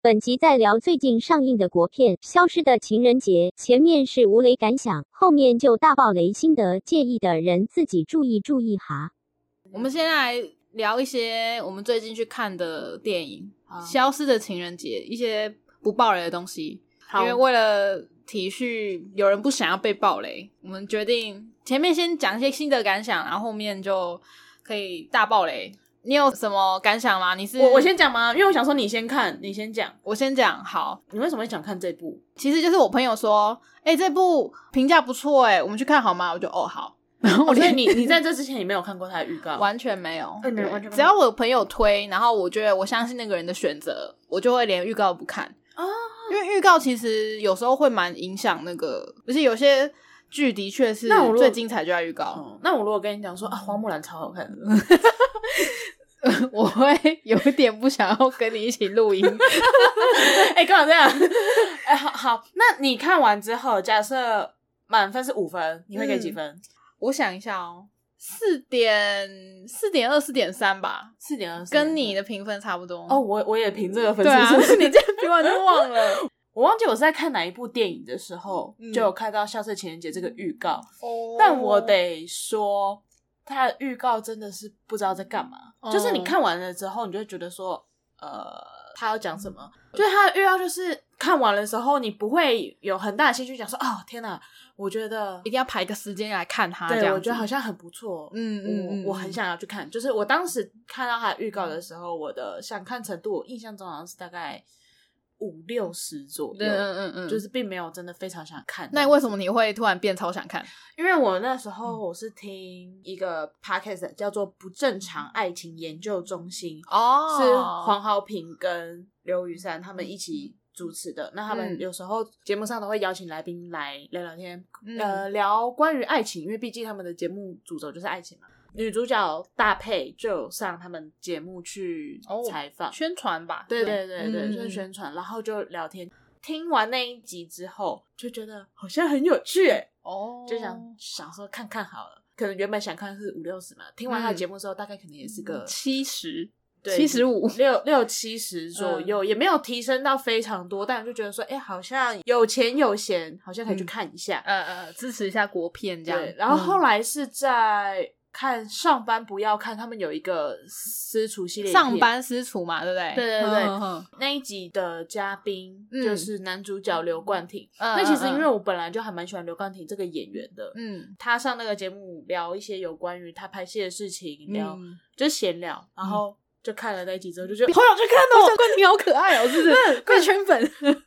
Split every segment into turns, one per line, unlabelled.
本集在聊最近上映的国片《消失的情人节》，前面是无雷感想，后面就大爆雷心得，建议的人自己注意注意哈。
我们先来聊一些我们最近去看的电影
好
《消失的情人节》，一些不爆雷的东西。
好
因为为了体恤有人不想要被爆雷，我们决定前面先讲一些心得感想，然后后面就可以大爆雷。你有什么感想吗？你是
我我先讲嘛，因为我想说你先看，你先讲，
我先讲好，
你为什么会想看这部？
其实就是我朋友说，哎、这部评价不错，哎，我们去看好吗？我就哦好， 然后我
哦、
就
所以你你在这之前也没有看过他的预 告，
完全没有，
嗯
对
完全没有
只要我有朋友推，然后我觉得我相信那个人的选择，我就会连预告不看
啊
因为预告其实有时候会蛮影响那个，而且有些剧的确是
那我如果
最精彩就在预告，
哦，那我如果跟你讲说啊，花木兰超好看的，
我会有一点不想要跟你一起录音。
哎、干嘛这样？哎、好好，那你看完之后，假设满分是五分，你会给
嗯
几分？
我想一下哦，四点四点二四点三吧，
四点二，
跟你的评分差不多。
哦，，我我也凭这个分
对啊，
数，是不
你
是？
这样评完就忘 了。
我忘记我是在看哪一部电影的时候，
嗯
就有看到《消失的情人节》这个预告，
哦
但我得说，它的预告真的是不知道在干嘛。
哦
就是你看完了之后，你就会觉得说，呃，他要讲什么？就是他的预告，就是看完了之后，你不会有很大的兴趣讲说，哦，天哪，我觉得
一定要排个时间来看它，啊这
对，
样
我觉得
子
好像很不错。
嗯嗯嗯，
我我很想要去看，就是我当时看到他的预告的时候，我的想看程度，我印象中好像是大概五六十左
嗯，
右，
嗯嗯嗯，
就是并没有真的非常想看。
那为什么嗯你会突然变超想看？
因为我那时候我是听一个 podcast 叫做《不正常爱情研究中心》，
哦
是黄豪平跟刘雨珊他们一起主持的。那他
嗯
们有时候节目上都会邀请来宾来聊聊天，
嗯
呃，聊关于爱情，因为毕竟他们的节目主轴就是爱情嘛。女主角大佩就有上他们节目去
哦
采访，
宣传吧？
对对对对，
嗯
就是宣传，然后就聊天。听完那一集之后，就觉得好像很有趣、欸，
哦，
就想想说看看好了。可能原本想看是五六十嘛，听完他的节目之后，大概可能也是个
呃七十，
对
嗯七十五，
六六七十
嗯
左右，也没有提升到非常多，但就觉得说，哎、好像有钱有闲，好像可以去看一下。
呃呃，支持一下国片这样嗯
对，。然后后来是在看上班不要看，他们有一个私厨系
嗯
列影片
上班私厨嘛，对不对？
对对对
嗯嗯嗯
那一集的嘉宾
嗯
就是男主角刘冠廷。
嗯
那其实因为
嗯
我本来就还蛮喜欢刘冠廷这个演员的，
嗯
他上那个节目聊一些有关于他拍戏的事情，聊、
嗯
就闲聊，然后就看了那一集之后就觉得好想去看
哦
哦，，
冠廷好可爱哦，是不是？被圈粉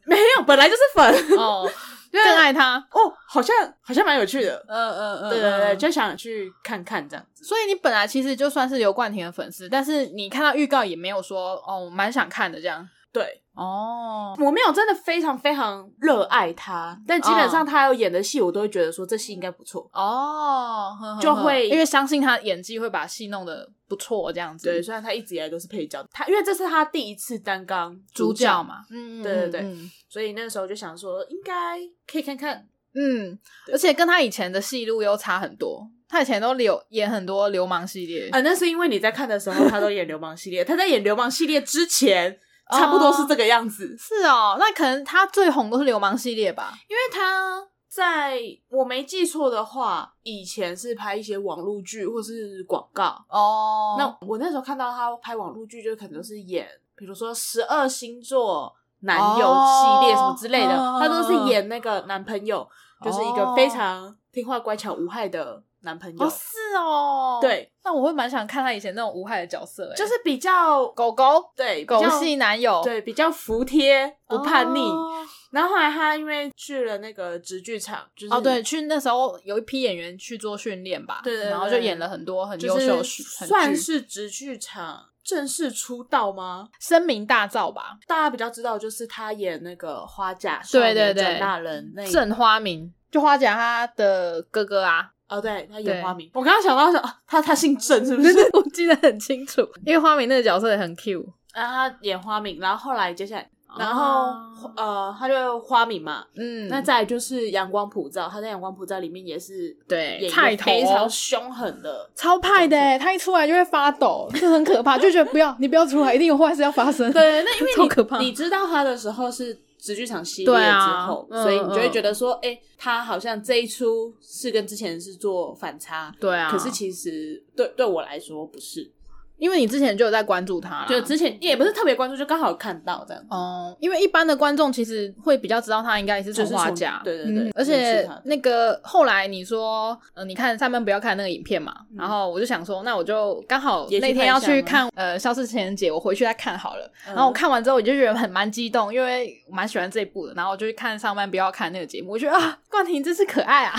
没有，本来就是粉哦
哦，更爱他。
好像好像蛮有趣的，
嗯嗯嗯，
对对对，
嗯
就想去看看这样子。
所以你本来其实就算是刘冠廷的粉丝，但是你看到预告也没有说哦，我蛮想看的这样。
对，
哦，
我没有真的非常非常热爱他，但基本
哦
上他有演的戏，我都会觉得说这戏应该不错。
哦，呵呵呵
就会
因为相信他演技会把戏弄得不错，这样子。
对，虽然他一直以来都是配角，他因为这是他第一次担纲
主角
角，
嘛，嗯
对对对
嗯
所以那时候就想说应该可以看看。
嗯，
对
而且跟他以前的戏路又差很多，他以前都流演很多流氓系列，
啊，那是因为你在看的时候，他都演流氓系列， 他在演流氓系列之前，呃差不多是这个样子。
是哦，那可能他最红都是流氓系列吧？
因为他在我没记错的话，以前是拍一些网络剧或是广告。
哦
那我那时候看到他拍网络剧，就可能都是演，比如说十二星座男友系列什么之类的，
哦
他都是演那个男朋友，就是一
哦
个非常听话、乖巧、无害的男朋友。
哦是哦，，
对，
那我会蛮想看他以前那种无害的角色、欸，
就是比较
狗狗
对比
狗
较
系男友，
对比较服帖，不叛逆。
哦
然后后来他因为去了那个直剧场，就是
哦，对，去那时候有一批演员去做训练吧，
对对对
然后就演了很多很优秀
就
的
是
剧，很
算
剧
是直剧场正式出道吗？
声名大噪吧，
大家比较知道就是他演那个花甲少
对
年
对
转
对，
大人那一
郑花明，就花甲他的哥哥啊，
哦，对他
对
演花名。我刚刚想到是啊，他他姓郑是不 是？
我记得很清楚，因为花明那个角色也很 Q
啊然后他演花名，然后后来接下来然后、
哦
呃，他就花名嘛。
嗯，
那再来就是阳光普照，他在阳光普照里面也是
对
演一个
菜头
非常凶狠的
超派的欸，他一出来就会发抖，这很可怕，就觉得不要你 不要出来，一定有坏事要发生。
对，那因为
超
你
可怕
你知道他的时候是直剧场系列
对
之
啊
后，
嗯
所以你就会
嗯
觉得说，哎、他好像这一出是跟之前是做反差，
对啊，
可是其实对对我来说不是，
因为你之前就有在关注他啦，
就之前也不是特别关注，就刚好看到这样。
啊哦，因为一般的观众其实会比较知道他应该是从
就是
画
从
家，
对对对
嗯而
认
且
识他的
那个后来你说，呃，你看上班不要看那个影片嘛，然后我就想说，那我就刚好
嗯也去
那天
看一
要
下
去
吗
看呃《消失情人节》，我回去再看好了。
嗯
然后我看完之后，我就觉得很蛮激动，因为我蛮喜欢这一部的，然后我就去看上班不要看那个节目，我觉得啊，冠廷真是可爱啊，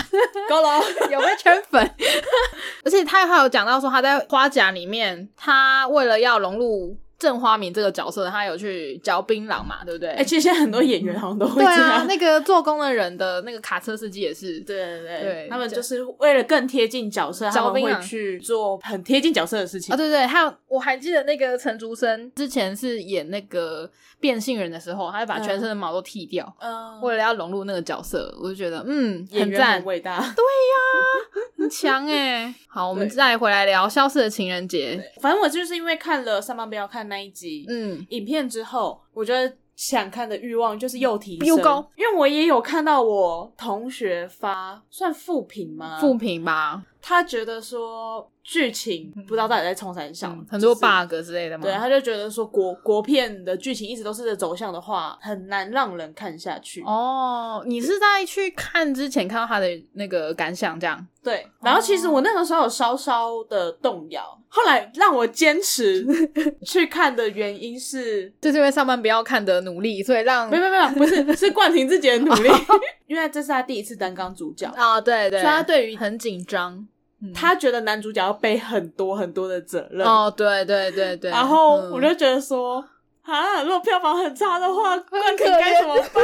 高楼，
有被圈粉。 而且他还有讲到说，他在花甲里面，他为了要融入郑花明这个角色，他有去嚼槟榔嘛，对不对？
哎、其实现在很多演员好像都会
对
这
啊
样，，
那个做工的人的那个卡车司机也是，
对对对，
对
他们
这
就是为了更贴近角色，
嚼
他们
槟
会
榔
去做很贴近角色的事情。
啊，对对，还有我还记得那个陈竹生之前是演那个变性人的时候，他就把全身的毛都剃掉，
嗯，
为了要融入那个角色，我就觉得嗯，
演
很
员
赞
很，伟大。
很 强哎、好，我们
对
再回来聊《消失的情人节
反正我就是因为看了《上班不要看》那一集》，，
嗯，
影片之后，我觉得想看的欲望就是又提升，
又高
因为我也有看到我同学发算负评吗？
复评吧，嗯
他觉得说剧情不知道到底在冲三小、
嗯很多
就是
bug 之类的嘛，
对，啊他就觉得说国国片的剧情一直都是这走向的话，很难让人看下去。
哦，你是在去看之前看到他的那个感想，这样
对，然后其
哦
实我那个时候有稍稍的动摇，后来让我坚持 去看的原因是
就是因为上班不要看的努力，所以让
没有没有没有，不是，是冠廷自己的努力，
哦
因为这是他第一次担纲主角，
啊、对对，
所以他对于
很紧张，嗯
他觉得男主角要背很多很多的责任，
哦，对对对对，
然后
嗯
我就觉得说，啊，如果票房很差的话，冠廷
可怜
该怎么办？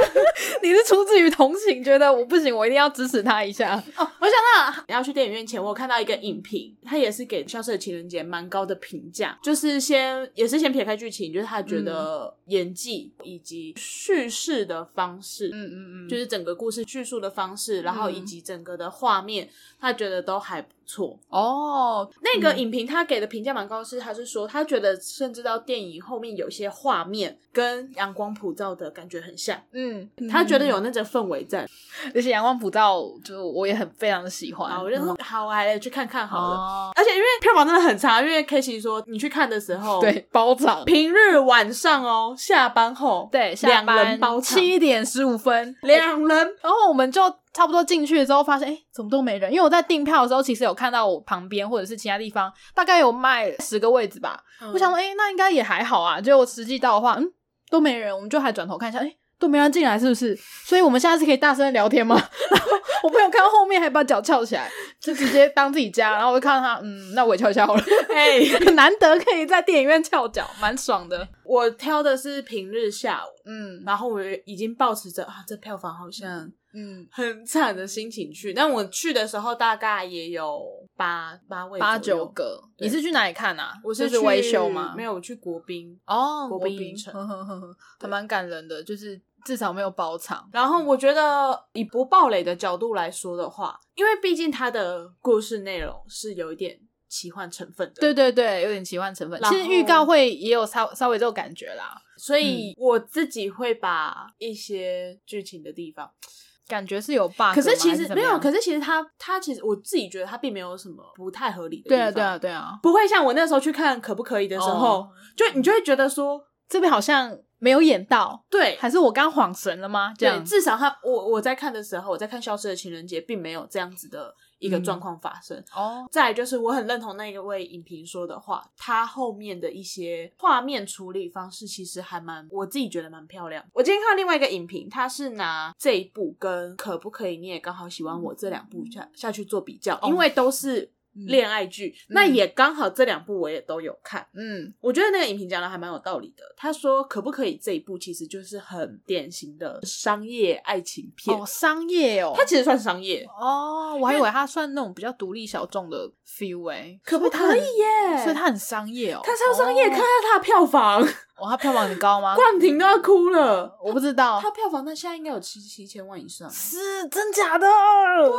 你是出自于同情，觉得我不行，我一定要支持他一下。
哦，我想到要去电影院前，我有看到一个影评，他也是给《消失的情人节》蛮高的评价，就是先也是先撇开剧情，就是他觉
嗯
得演技以及叙事的方式，
嗯嗯嗯，
就是整个故事叙述的方式，然后以及整个的画面，他觉得都还不错。
哦，
那个影评他给的评价蛮高，是他是说他觉得甚至到电影后面有些画面跟阳光普照的感觉很像，
嗯，
他觉得有那种氛围在。
而且阳光普照，就我也很非常的喜欢。
啊，我就说好，我还来去看看好了。
哦，
而且因为票房真的很差，因为 K 奇说你去看的时候，，
对，包场，
平日晚上哦，下班后，
对，下
两
班
人包场，
七点十五分，
两人
然后我们就差不多进去之后，发现哎，诶怎么都没人？因为我在订票的时候，其实有看到我旁边或者是其他地方，大概有卖十个位置吧。我想说，哎、那应该也还好啊。结果实际到的话，嗯，都没人，我们就还转头看一下，哎、都没人进来，是不是？所以我们下次可以大声地聊天吗？ 然后我朋友看到后面还把脚翘起来，就直接当自己家。然后我就看到他，嗯，那我也翘一下好了。
哎，
难得可以在电影院翘脚，蛮爽的。
我挑的是平日下午，
嗯
然后我已经抱持着啊，这票房好像
嗯，
很惨的心情去。但我去的时候大概也有八八位
八
左右
九，个。
对
你是去哪里看啊？
我
就是
去
是维修吗？
没有，我去国宾。
哦，
国宾
宾
影城
呵呵呵呵还蛮感人的，就是至少没有包场。
然后我觉得以不暴雷的角度来说的话，因为毕竟它的故事内容是有一点奇幻成分的，
对对对，有点奇幻成分。
然
其
后
实预告会也有稍稍微这种感觉啦，
所以我自己会把一些剧情的地方，
感觉是有 bug 吗。
可是其
还是
实
啊怎么
没有，
样
可是其实它它其实我自己觉得它并没有什么不太合理的地
对
方，
啊对啊对啊，
不会像我那时候去看《可不可以》的时候，
哦
就你就会觉得说，
这边好像没有演到，
对，
还是我刚恍神了吗？这
对，
样
至少他我我在看的时候，我在看《消失的情人节》，并没有这样子的一
嗯
个状况发生。
哦，
再来就是我很认同那一位影评说的话，他后面的一些画面处理方式其实还蛮，我自己觉得蛮漂亮。我今天看到另外一个影评，他是拿这一部跟《可不可以你也刚好
嗯
喜欢我》这两部下下去做比较，
哦
因为都是恋爱剧，那也刚好这两部我也都有看。
嗯
我觉得那个影评讲的还蛮有道理的。他说，可不可以这一部其实就是很典型的商业爱情片，
哦，商业哦，
它其实算商业，
哦，我还以为它算那种比较独立小众的 feel 哎，
可不
所以它
可以
很
耶？
所以它很商业哦，
它超商业，
哦
看看它的票房，
哇，它票房很高 吗？
冠廷都要哭了。
我不知道
他，票房那现在应该有七七千万以上，
哦是真假的？对啊，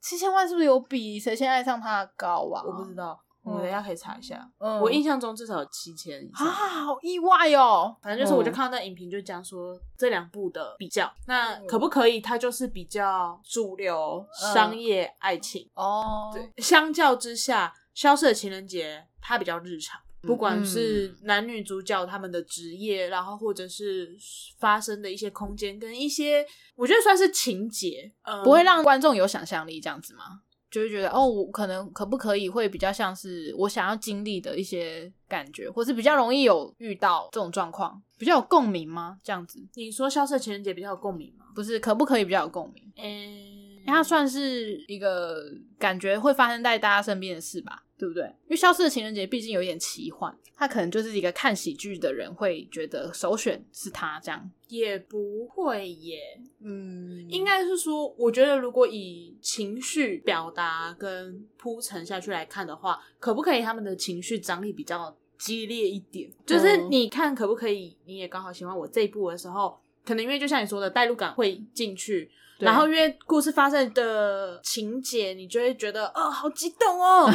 七千万是不是有比谁先爱上他高啊？
我不知道，我
嗯
等一下可以查一下。
嗯
我印象中至少有七千以
啊，
上。
好意外哦。
反正就是，我就
嗯
看到那影评就讲说这两部的比较，那可不可以？它就是比较主流
嗯
商业爱情，
哦，
对，相较之下，《消失的情人节》它比较日常，
嗯
不管是男女主角他们的职业，然后或者是发生的一些空间跟一些，我觉得算是情节，嗯、
不会让观众有想象力这样子吗？就会觉得哦，我可能可不可以会比较像是我想要经历的一些感觉，或是比较容易有遇到这种状况，比较有共鸣吗？这样子
你说《消失的情人节》比较有共鸣吗？
不是可不可以比较有共鸣？
诶、
因为它算是一个感觉会发生在大家身边的事吧，对不对？因为《消失的情人节》毕竟有点奇幻，它可能就是一个看喜剧的人会觉得首选是它这样。
也不会耶，
嗯，
应该是说，我觉得如果以情绪表达跟铺陈下去来看的话，可不可以他们的情绪张力比较激烈一点？就是
嗯
你看可不可以，你也刚好喜欢我这一部的时候，可能因为就像你说的，代入感会进去。
对
然后因为故事发生的情节，你就会觉得哦，好激动哦。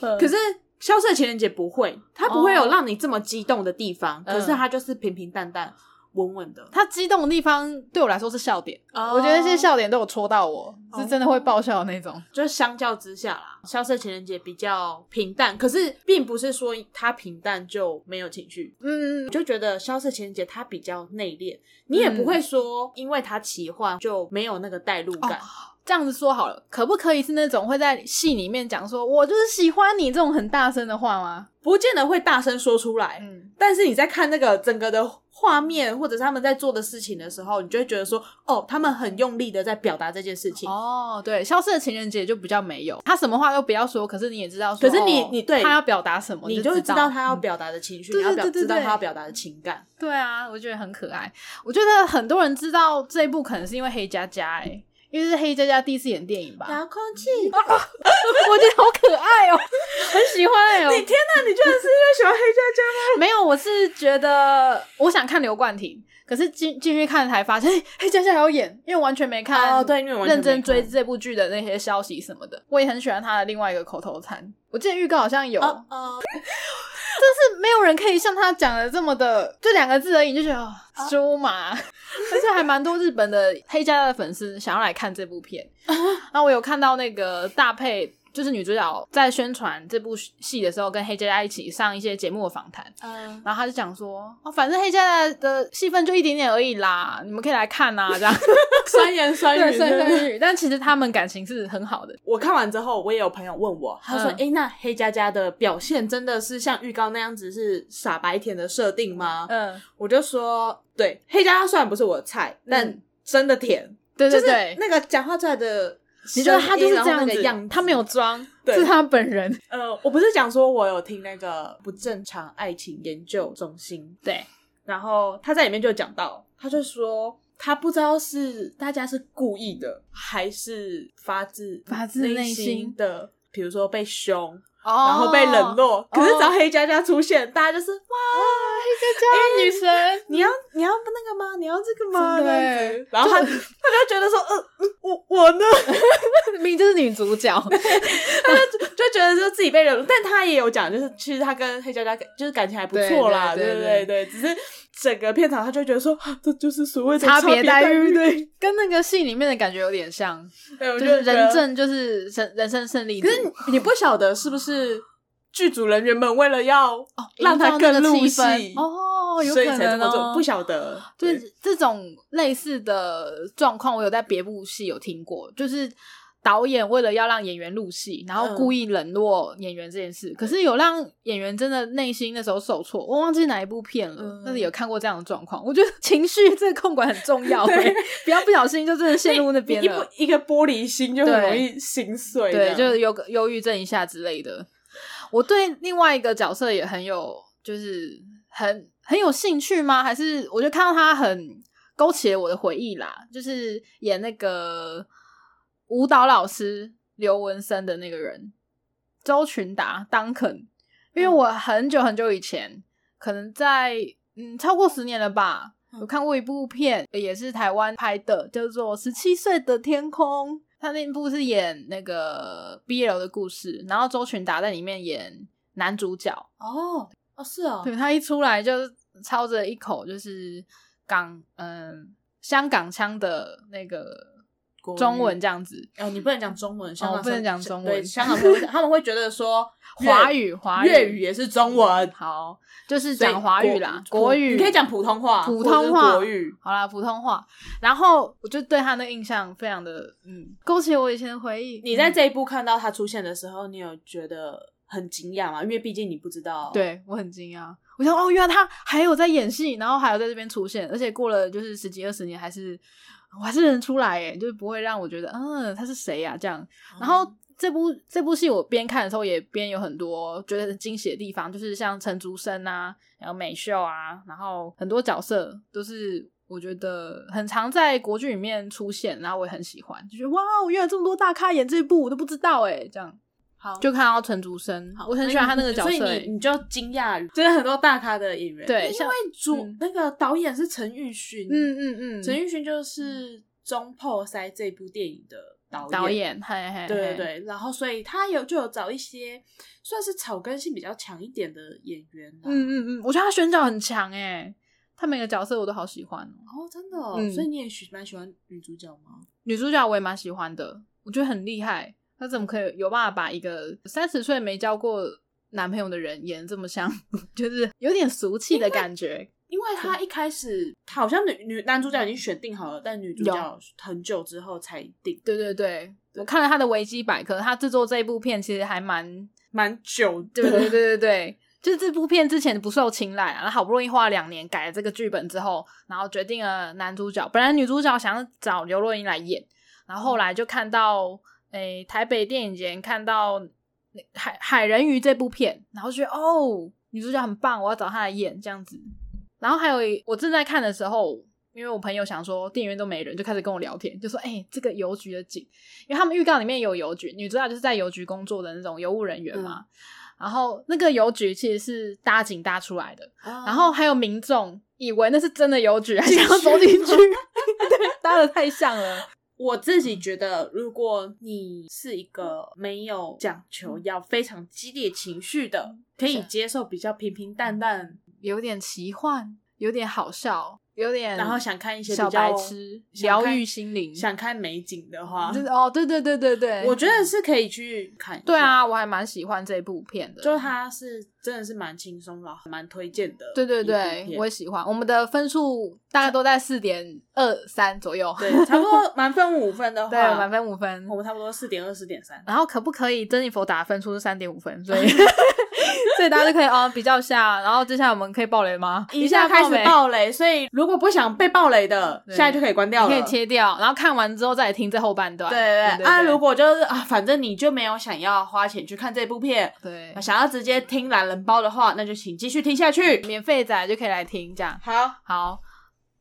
可是《消失的情人节》不会，它不会有
哦
让你这么激动的地方，可是
嗯
它就是平平淡淡、稳稳的。
它激动的地方对我来说是笑点。
哦
我觉得这些笑点都有戳到我，
哦
是真的会爆笑的那种。
就是相较之下啦，《消失的情人节》比较平淡，可是并不是说它平淡就没有情绪。
嗯
我，就觉得《消失的情人节》它比较内敛，你也不
嗯
会说因为它奇幻就没有那个代入感。
这样子说好了，可不可以是那种会在戏里面讲说“我就是喜欢你”这种很大声的话吗？
不见得会大声说出来，
嗯，
但是你在看那个整个的画面或者是他们在做的事情的时候，你就会觉得说，哦，他们很用力的在表达这件事情。
哦，对，消失的情人节就比较没有，他什么话都不要说，可是你也知道说，
可是你
哦
你对
他要表达什么，
你
就
就会知道他要
嗯
表达的情绪，
对
你要
对
表
对对
知道
对
他要表达的情感。
对啊，我觉得很可爱。我觉得很多人知道这一部可能是因为黑佳佳、欸，哎，因为是黑佳佳第一次演电影吧，
遥控器，
我觉得好可爱哦、 很喜欢哎、哦。
你天哪！你居然是因为喜欢黑佳佳吗？
没有，我是觉得我想看刘冠廷，可是进进去看才发现， 嘿，嘿接下来要演，因为我完全没看
哦对因为我完全
认
没
真
看
追这部剧的那些消息什么的。我也很喜欢他的另外一个口头禅，我记得预告好像有，
哦哦，
但是没有人可以像他讲的这么的，就两个字而已，你就觉得哦猪 麻，而且还蛮多日本的黑加的粉丝想要来看这部片。然后我有看到那个大配。就是女主角在宣传这部戏的时候，跟黑加加一起上一些节目的访谈，
嗯，
然后他就讲说，哦，反正黑加的的戏份就一点点而已啦，你们可以来看呐、这样
酸言 酸
对
语，
酸
对不对
酸语。但其实他们感情是很好的，
我看完之后，我也有朋友问我，他说：“
嗯
诶，那黑佳佳的表现真的是像预告那样子是傻白甜的设定吗？”
嗯，
我就说：“对，黑佳佳虽然不是我的菜，但
嗯
真的甜，
对对
就是
对，
那个讲话出来的声
你
音，
觉得他就是
然后
这样
那个
子，
样子，
他没有 装，
对
是他本人。
呃，我不是讲说我有听那个不正常爱情研究中心，
对，
然后他在里面就讲到，他就说他不知道是大家是故意的，还是发自
发自内
内
心
的，比如说被凶，
哦
然后被冷落。可是只要
黑
黑佳佳出现，大家就是哇，
加加女神，
你要你要那个吗？你要这个吗？
真的欸
这样
耶
子然后他他就觉得说，呃，嗯我我呢，
明明就是女主 角，
就觉得说自己被冷落。但他也有讲，就是其实他跟黑佳佳就是感情还不错啦，
对
对
对
对
对
对，只是整个片场他就觉得说，啊这就是所谓的
差
别
别待
遇，
遇
对。
跟那个戏里面的感觉有点像，
对，我
就
就是是
人证就是人人生胜利组。
可是你你不晓得是不是剧组人员们为了要让
哦营造
他
那个
更入
气
戏
氛哦，有
所以
可
才这
能
么做，
哦，
不晓得。
对这种类似的状况，我有在别部戏有听过，就是导演为了要让演员入戏，然后
嗯
故意冷落演员这件事。可是有让演员真的内心那时候受挫，我忘记哪一部片了，
嗯
但是有看过这样的状况。我觉得情绪这个控管很重要、
对
欸，不要不小心就真的陷入那
你
边
一不
了。
一个玻璃心就很
对
容易心碎这
对，
样，
就是忧忧郁症一下之类的。我对另外一个角色也很有，就是很很有兴趣吗？还是我就看到他很勾起了我的回忆啦，就是演那个舞蹈老师刘文森的
嗯
那个人，周群达 Duncan。因为我很久很久以前可能在嗯超过十年了吧。
嗯
有看过一部片，也是台湾拍的，叫做《十七岁的天空》。他那部是演那个 BL 的故事，然后周群达在里面演男主角。
哦哦是哦，
对他一出来就是操着一口就是港嗯香港腔的那个
国语
中文这样子，
哦，你不能讲中文，香港
不能讲中文
对，香港不会讲他们会觉得说
华语华语
粤语也是中文，
好， 就是
所以
讲华语啦，国语
你可以讲普通话，
普通话
或者是国语。
好啦，普通话。然后我就对他的印象非常的嗯，勾起我以前的回忆。嗯
你在这一部看到他出现的时候，你有觉得很惊讶吗？因为毕竟你不知道，，哦
对我很惊讶，我想哦，原来他还有在演戏，然后还有在这边出现，而且过了就是十几二十年，还是我还是认得出来，哎，就是不会让我觉得嗯他是谁呀、这样。
哦
然后这部这部戏我边看的时候也边有很多觉得很惊喜的地方，就是像陈竹生啊，然后美秀啊，然后很多角色都是。我觉得很常在国剧里面出现，然后我也很喜欢，就觉得哇，哦原来这么多大咖演这部，我都不知道哎、这样
好，
就看到陈竹生
好，
我很喜欢他那个角色、
所以
哎
你你就惊讶于，真的很多大咖的演员，
对
因
像
为主、
嗯
那个导演是陈玉勋，
嗯嗯嗯，
陈玉勋就是《中破塞》这部电影的导演，
导演，嘿嘿，
对对
嘿，
对，然后所以他有就有找一些算是草根性比较强一点的演员啦。
嗯嗯嗯，我觉得他选角很强哎，他每个角色我都好喜欢哦。
哦，真的、哦，
嗯
所以你也喜蛮喜欢女主角吗？
女主角我也蛮喜欢的，我觉得很厉害，她怎么可以有办法把一个三十岁没交过男朋友的人演得这么像， 就是有点俗气的感觉。
因为他一开始好像女女男主角已经选定好了，但女主角很久之后才定，
对对对，我看了他的维基百科，他制作这一部片其实还蛮
蛮久的。
对对对对对，就是这部片之前不受青睐、啊，然后好不容易花了两年改了这个剧本之后，然后决定了男主角，本来女主角想要找刘若英来演，然后后来就看到诶、台北电影节看到那海海人鱼这部片，然后就觉得哦女主角很棒，我要找她来演这样子。然后还有一我正在看的时候。因为我朋友想说电影院都没人，就开始跟我聊天，就说：“哎、这个邮局的景，因为他们预告里面有邮局，女主角就是在邮局工作的那种邮务人员嘛。然后那个邮局其实是搭景搭出来的，
啊
然后还有民众以为那是真的邮局，还想要走进去， 对，搭的太像了。
我自己觉得，如果你是一个没有讲求要非常激烈情绪的，
嗯
可以接受比较平平淡淡，
有点奇幻，有点好笑，有点
然后想看一些比
嗯小
较
白痴，
想
疗
看
愈心灵，
想看美景的话，
就是哦，对对对对对，
我觉得是可以去看。
对，啊，我还蛮喜欢这部片的，
就它是真的是蛮轻松然后蛮推荐的一部
对对
片。
对，我也喜欢。我们的分数大概都在四点二三左右，
对，差不多满分五分的话，
对，满分五分，
我们差不多四点二、四点三。
然后可不可以珍妮佛打的分数是三点五分， 所以所以大家就可以啊、比较一下，然后接下来我们可以爆雷吗？
一下开始
雷，
爆雷，所以如果不想被爆雷的，
对
现在就可以关掉
你
了。
可以切掉，然后看完之后再来听这后半段。
对对
对
对啊，如果就是啊，反正你就没有想要花钱去看这部片，
对
想要直接听懒人包的话，那就请继续听下去。
免费仔就可以来听，这样
好，
好。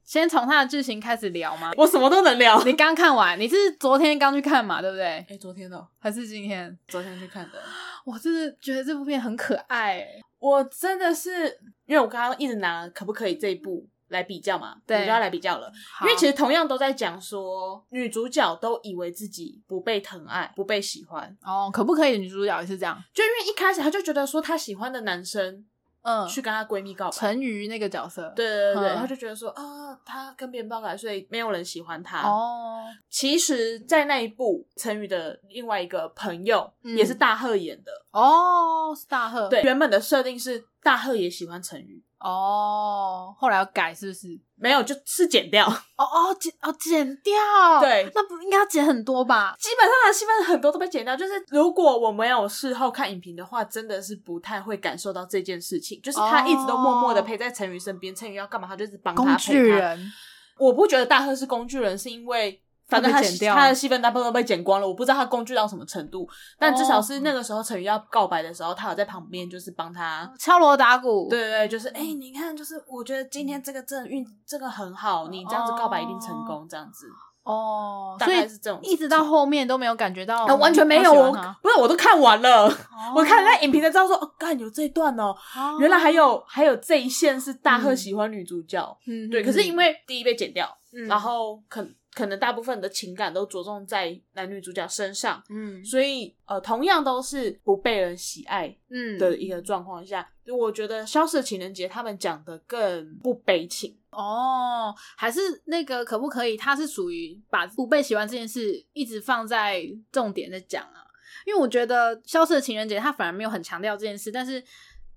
先从它的剧情开始聊吗？
我什么都能聊。
你刚看完，你是昨天刚去看嘛，对不对？
哎，昨天的，
还是今天？
昨天去看的。
我真的觉得这部片很可爱、欸
我真的是，因为我刚刚一直拿可不可以这一部来比较嘛，
对
我就要来比较了。因为其实同样都在讲说，女主角都以为自己不被疼爱、不被喜欢，
好哦，可不可以女主角也是这样？
就因为一开始她就觉得说她喜欢的男生
嗯，
去跟她闺蜜告白，
陈瑜那个角色，
对对对对，
嗯
她就觉得说啊，她跟别人告白，所以没有人喜欢她。
哦，
其实，在那一部，陈宇的另外一个朋友、
嗯
也是大赫演的，
哦，是大赫，
对，，原本的设定是大赫也喜欢陈宇，
哦，后来要改是不是？
没有就是剪掉。
哦哦，剪哦剪掉，
对
那不应该要剪很多吧？
基本上的戏份很多都被剪掉，就是如果我没有事后看影评的话，真的是不太会感受到这件事情。就是他一直都默默的陪在陈宇身边，陈宇要干嘛他就一直帮他
哦工具
陪他。
人，
我不觉得大赫是工具人，是因为反正他
他被剪掉哦
他的戏份大部分都被剪光了，我不知道他工具到什么程度，但至少是那个时候陈宇要告白的时候，他有在旁边就是帮他。
敲锣打鼓，
对，对对，就是哎、你看，就是我觉得今天这个阵运这个很好，你这样子告白一定成功，这样子。
哦，
大
所
概
以
是这种情况，
一直到后面都啊没有感觉到，
呃完全没有，我
啊
不是我都看完了，
哦
我看人家影评才知道说，哦，干有这一段哦，原来还有还有这一线是大赫
嗯
喜欢女主角，
嗯，
对，可是因
为
为第一被剪掉，
嗯
然后可可能大部分的情感都着重在男女主角身上，
嗯
所以呃，同样都是不被人喜爱
嗯
的一个状况下，我觉得《消失的情人节》他们讲的更不悲情，
哦，还是那个可不可以？它是属于把不被喜欢这件事一直放在重点在讲啊，因为我觉得《消失的情人节》它反而没有很强调这件事，但是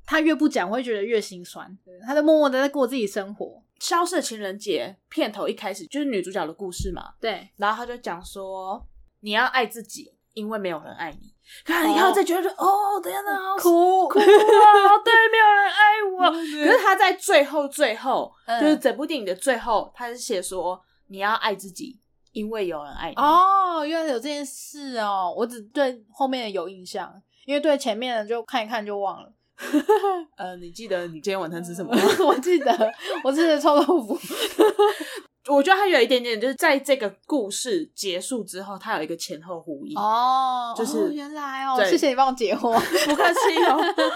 他越不讲，我会觉得越心酸。他在默默的在过自己生活，
《消失的情人节》片头一开始就是女主角的故事嘛，
对，
然后他就讲说你要爱自己，因为没有人爱你。看，你看，再觉得哦，天哪，好
嗯哭
哭啊！对，没有人爱我。
可
可是他在最后最后，
嗯
就是整部电影的最后，他是写说你要爱自己，因为有人爱你。
哦，原来有这件事哦，我只对后面的有印象，因为对前面的就看一看就忘了。
呃，你记得你今天晚餐吃
嗯
什么吗？
我记得，我记得臭豆腐。
我觉得他有一点点，就是在这个故事结束之后，他有一个前后呼应。
哦
就是
哦原来哦，
对
谢谢你帮我解 惑。
不客气 哦。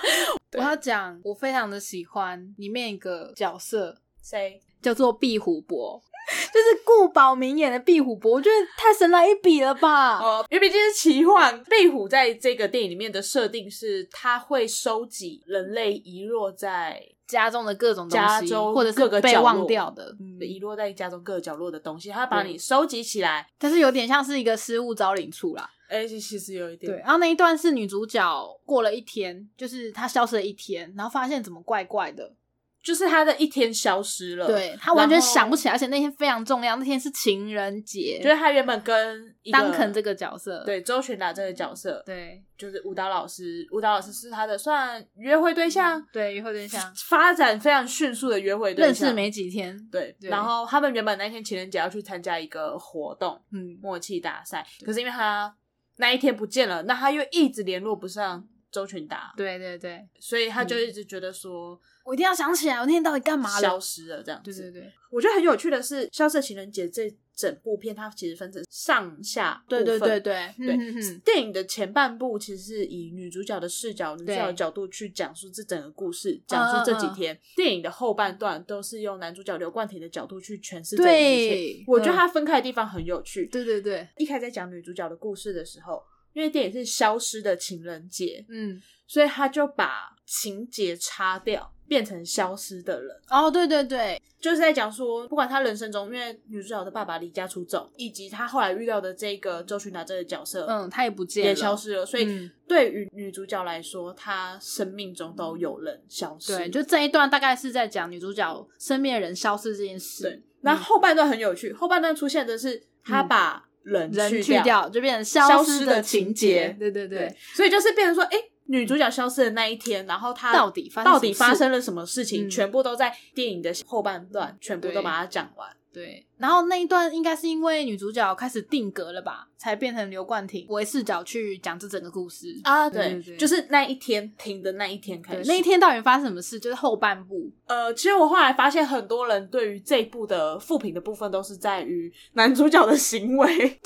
我要讲，我非常的喜欢里面一个角色
谁？
叫做壁虎伯， 就是顾宝明演的壁虎伯，我觉得太神来一笔了吧。
哦，因为毕竟是奇幻，壁虎在这个电影里面的设定是，它会收集人类遗落在
家中的各种东西，
加州
或者
各
是
个
被
角
忘
落
掉的，
嗯遗落在家中各个角落的东西，它把
对
你收集起来。
但是有点像是一个失物招领处啦。
哎、其其实有一点
对，然后那一段是女主角过了一天，就是她消失了一天，然后发现怎么怪怪的，
就是他的一天消失了。，
对她完全想不起来，而且那天非常重要，那天是情人节，
就是他原本跟一个
当肯这个角色，
对周玄达这个角色，
对
就是舞蹈老师，舞蹈老师是他的算约会对象，
对，约会对象
发展非常迅速的约会
嗯
对象，
认识没几天，
对。
对
然后他们原本那天情人节要去参加一个活动，
嗯，
默契大赛，可是因为他那一天不见了，那他又一直联络不上周群达，
对对对，
所以他就一直觉得说
我一定要想起来，我那天到底干嘛
消
了？
失嗯了这样子。
对对对
我觉得很有趣的是，《消失的情人节》这整部片它其实分成上下部
对
分
对对对
对
嗯嗯嗯
电影的前半部其实是以女主角的视角、女主角的
对
角度去讲述这整个故事，讲述这几天。电影的后半段都是用男主角刘冠廷的角度去诠释这一切
对。
我觉得它分开的地方很有趣。
嗯对对对，
一开始在讲女主角的故事的时候，因为电影是《消失的情人节》，
嗯，
所以他就把情节擦掉，变成消失的人。
哦对对对，
就是在讲说，不管他人生中，因为女主角的爸爸离家出走，以及他后来遇到的这个周群达这个角色，，
嗯，她也不见了，
也消，失了。所以
嗯
对于女主角来说，她生命中都有人消失。
对，就这一段大概是在讲女主角身边的人消失这件
对
事，。
那后半段很有趣，后半段出现的是他把
嗯
人
人
去
去掉，就变成
消
失
失
的
的
情
情
节
节。
对对
对
对，
所以就是变成说，哎、女主角消失的那一天，然后她
到底发生
到底
什么
发
事
生了什么事情，
嗯
全部都在电影的后半段，全部
对
都把它讲完。
对。然后那一段应该是因为女主角开始定格了吧，才变成刘冠廷为视角去讲这整个故事。
啊，
对对，
对
对
就是那一天停的那一天开
对
始，，
那一天到底发生什么事？就是后半部，
呃，其实我后来发现，很多人对于这一部的负评的部分都是在于男主角的行为。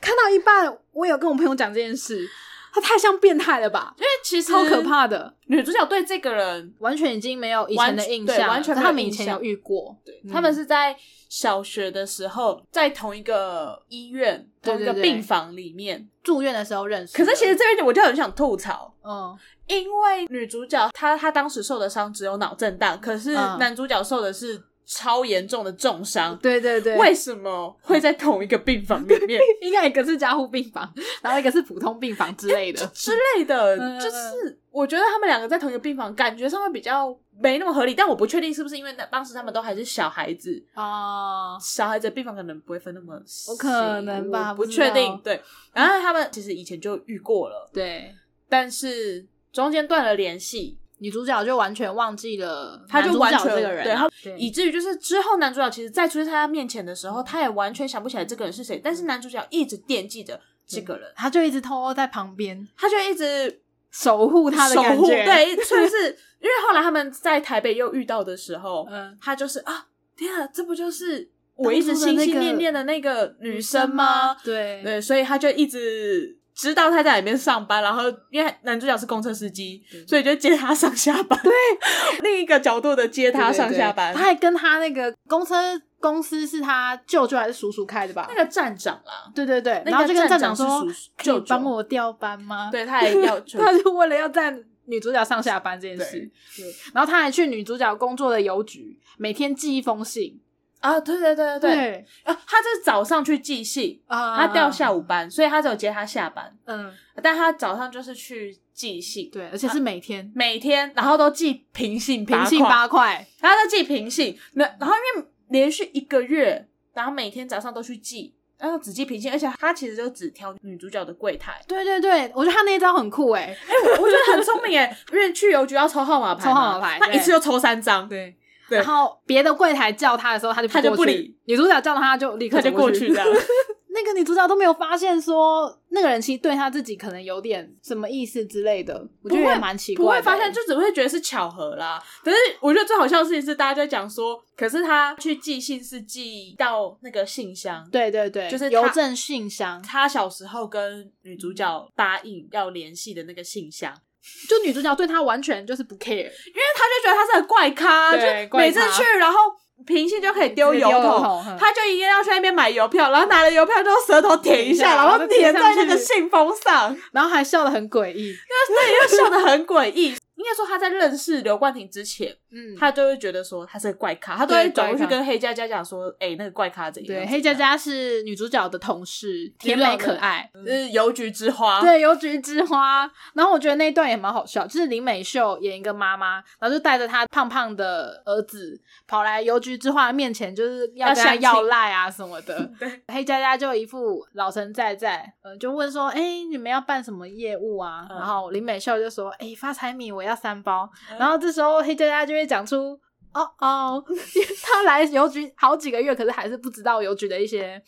看到一半，我有跟我朋友讲这件事，他太像变态了吧，
因为其实
超可，怕的，
女主角对这个人，
完全已经没有以前的
完
印
对
象了，
完全
可
没有
他们以
印
前
象
有遇过，
对、
嗯
他们是在小学的时候，在同一个医院、
对
同一
对
个
对
病房里面。
住院的时候认识
可
的。
是其实这边我就很想吐槽，
嗯，
因为女主角她她当时受的伤只有脑震荡，可是
嗯
男主角受的是超严重的重伤。
对对对，
为什么会在同一个病房里面
应该一个是加护病房，然后一个是普通病房之类的。
之类的
嗯嗯嗯？
就是我觉得他们两个在同一个病房，感觉上会比较没那么合理。但我不确定是不是因为那当时他们都还是小孩子，
哦，
小孩子的病房可能不会分那么细，
有可能吧
我
不
不
知道
确定。对，然后他们其实以前就遇过了，
对，
但是中间断了联系，
女主角就完全忘记了
他
男
就
主
完
角
全
这个人
对
啊、
他以至于就是之后男主角其实再出现在他面前的时候，他也完全想不起来这个人是谁，但是男主角一直惦记着这个人，
他就一直偷偷在旁边
他就一 直
守护他的
守
感
护，
觉，，
对，算是因为后来他们在台北又遇到的时候，
嗯
他就是啊，天啊，这不就是我一直
当初的
心
那
心
个
念念的那个女生
吗
吗？？
对
对，所以他就一直知道他在里面上班，然后因为男主角是公车司机，所以就接他上下班。嗯对， 另一个角度的接他
对对
上
对
下班。
他还跟他那个公车公司是他舅舅还是叔叔开的吧？
那个站长啦，
对对对，
那个
然后就跟
站
站
长
长说
是叔：“
可
舅
以
舅
帮我调班吗？”
对他也要 求
他是为了要在女主角上下班这件事，然后他还去女主角工作的邮局，每天寄一封信。
啊，对对对对对，啊，他是早上去寄信，
啊，
他调下午，班，所以他只有接他下班，
嗯，
但他早上就是去寄信，
对，而且是每天
每天然后都寄 平信八
平信
块
八块，，
他在寄平信，那然后因为连续一个月，然后每天早上都去寄，然后只寄平信，而且他其实就只挑女主角的柜台
对对对，我觉得他那一招很酷哎，
我觉得很聪明耶，因为去邮局要抽号码牌
抽
嘛，
号码牌
他一
对
次就抽三张，
对。
对
然后别的柜台叫他的时候，他就
他就
过
不
去
理
女主角叫他，他就立刻
他就
走
过去
去
这样。
那个女主角都没有发现说那个人其实对她自己可能有点什么意思之类的，我觉得
不会
也蛮奇怪
不
的
会发现，就只会觉得是巧合啦。可是我觉得最好笑的事情是，大家就在讲说，可是他去寄信是寄到那个信箱，
对对对，
就是
邮
她
政信箱，
他小时候跟女主角答应要联系的那个信箱，
就女主角对她完全就是不 care，
因为他就觉得他是很怪咖，就
对
每
怪
次
咖
去然后。平信就可以丢
直接
邮
丢
筒，
邮筒哼
他就一定要去那边买邮票，然后拿了邮票之后舌头舔一
舔
下，
一下
然后
然后
粘
贴上
在那个
去
信封上，
嗯然后还笑得很诡异。
那也就笑得很诡异。应该说他在认识刘冠廷之前，
嗯，
他就会觉得说他是个怪咖，他都会
对
转过去
怪咖
跟黑佳佳讲说：“哎、那个怪咖怎样？”
对
怎样
黑佳佳是女主角的同事，甜
女
美
主角的
可爱。
是邮局之花，，
对，邮局之花。然后我觉得那一段也蛮好笑，就是林美秀演一个妈妈，然后就带着她胖胖的儿子跑来邮局之花的面前，就是
要
要跟她
相亲
要赖啊什么的。
对，
黑佳佳就一副老神在在，嗯，就问说，哎、你们要办什么业务啊？
嗯
然后林美秀就说，哎、发财米我要三包。
嗯
然后这时候黑佳佳就会讲出。哦 哦，他来邮局好几个月，可是还是不知道邮局的一些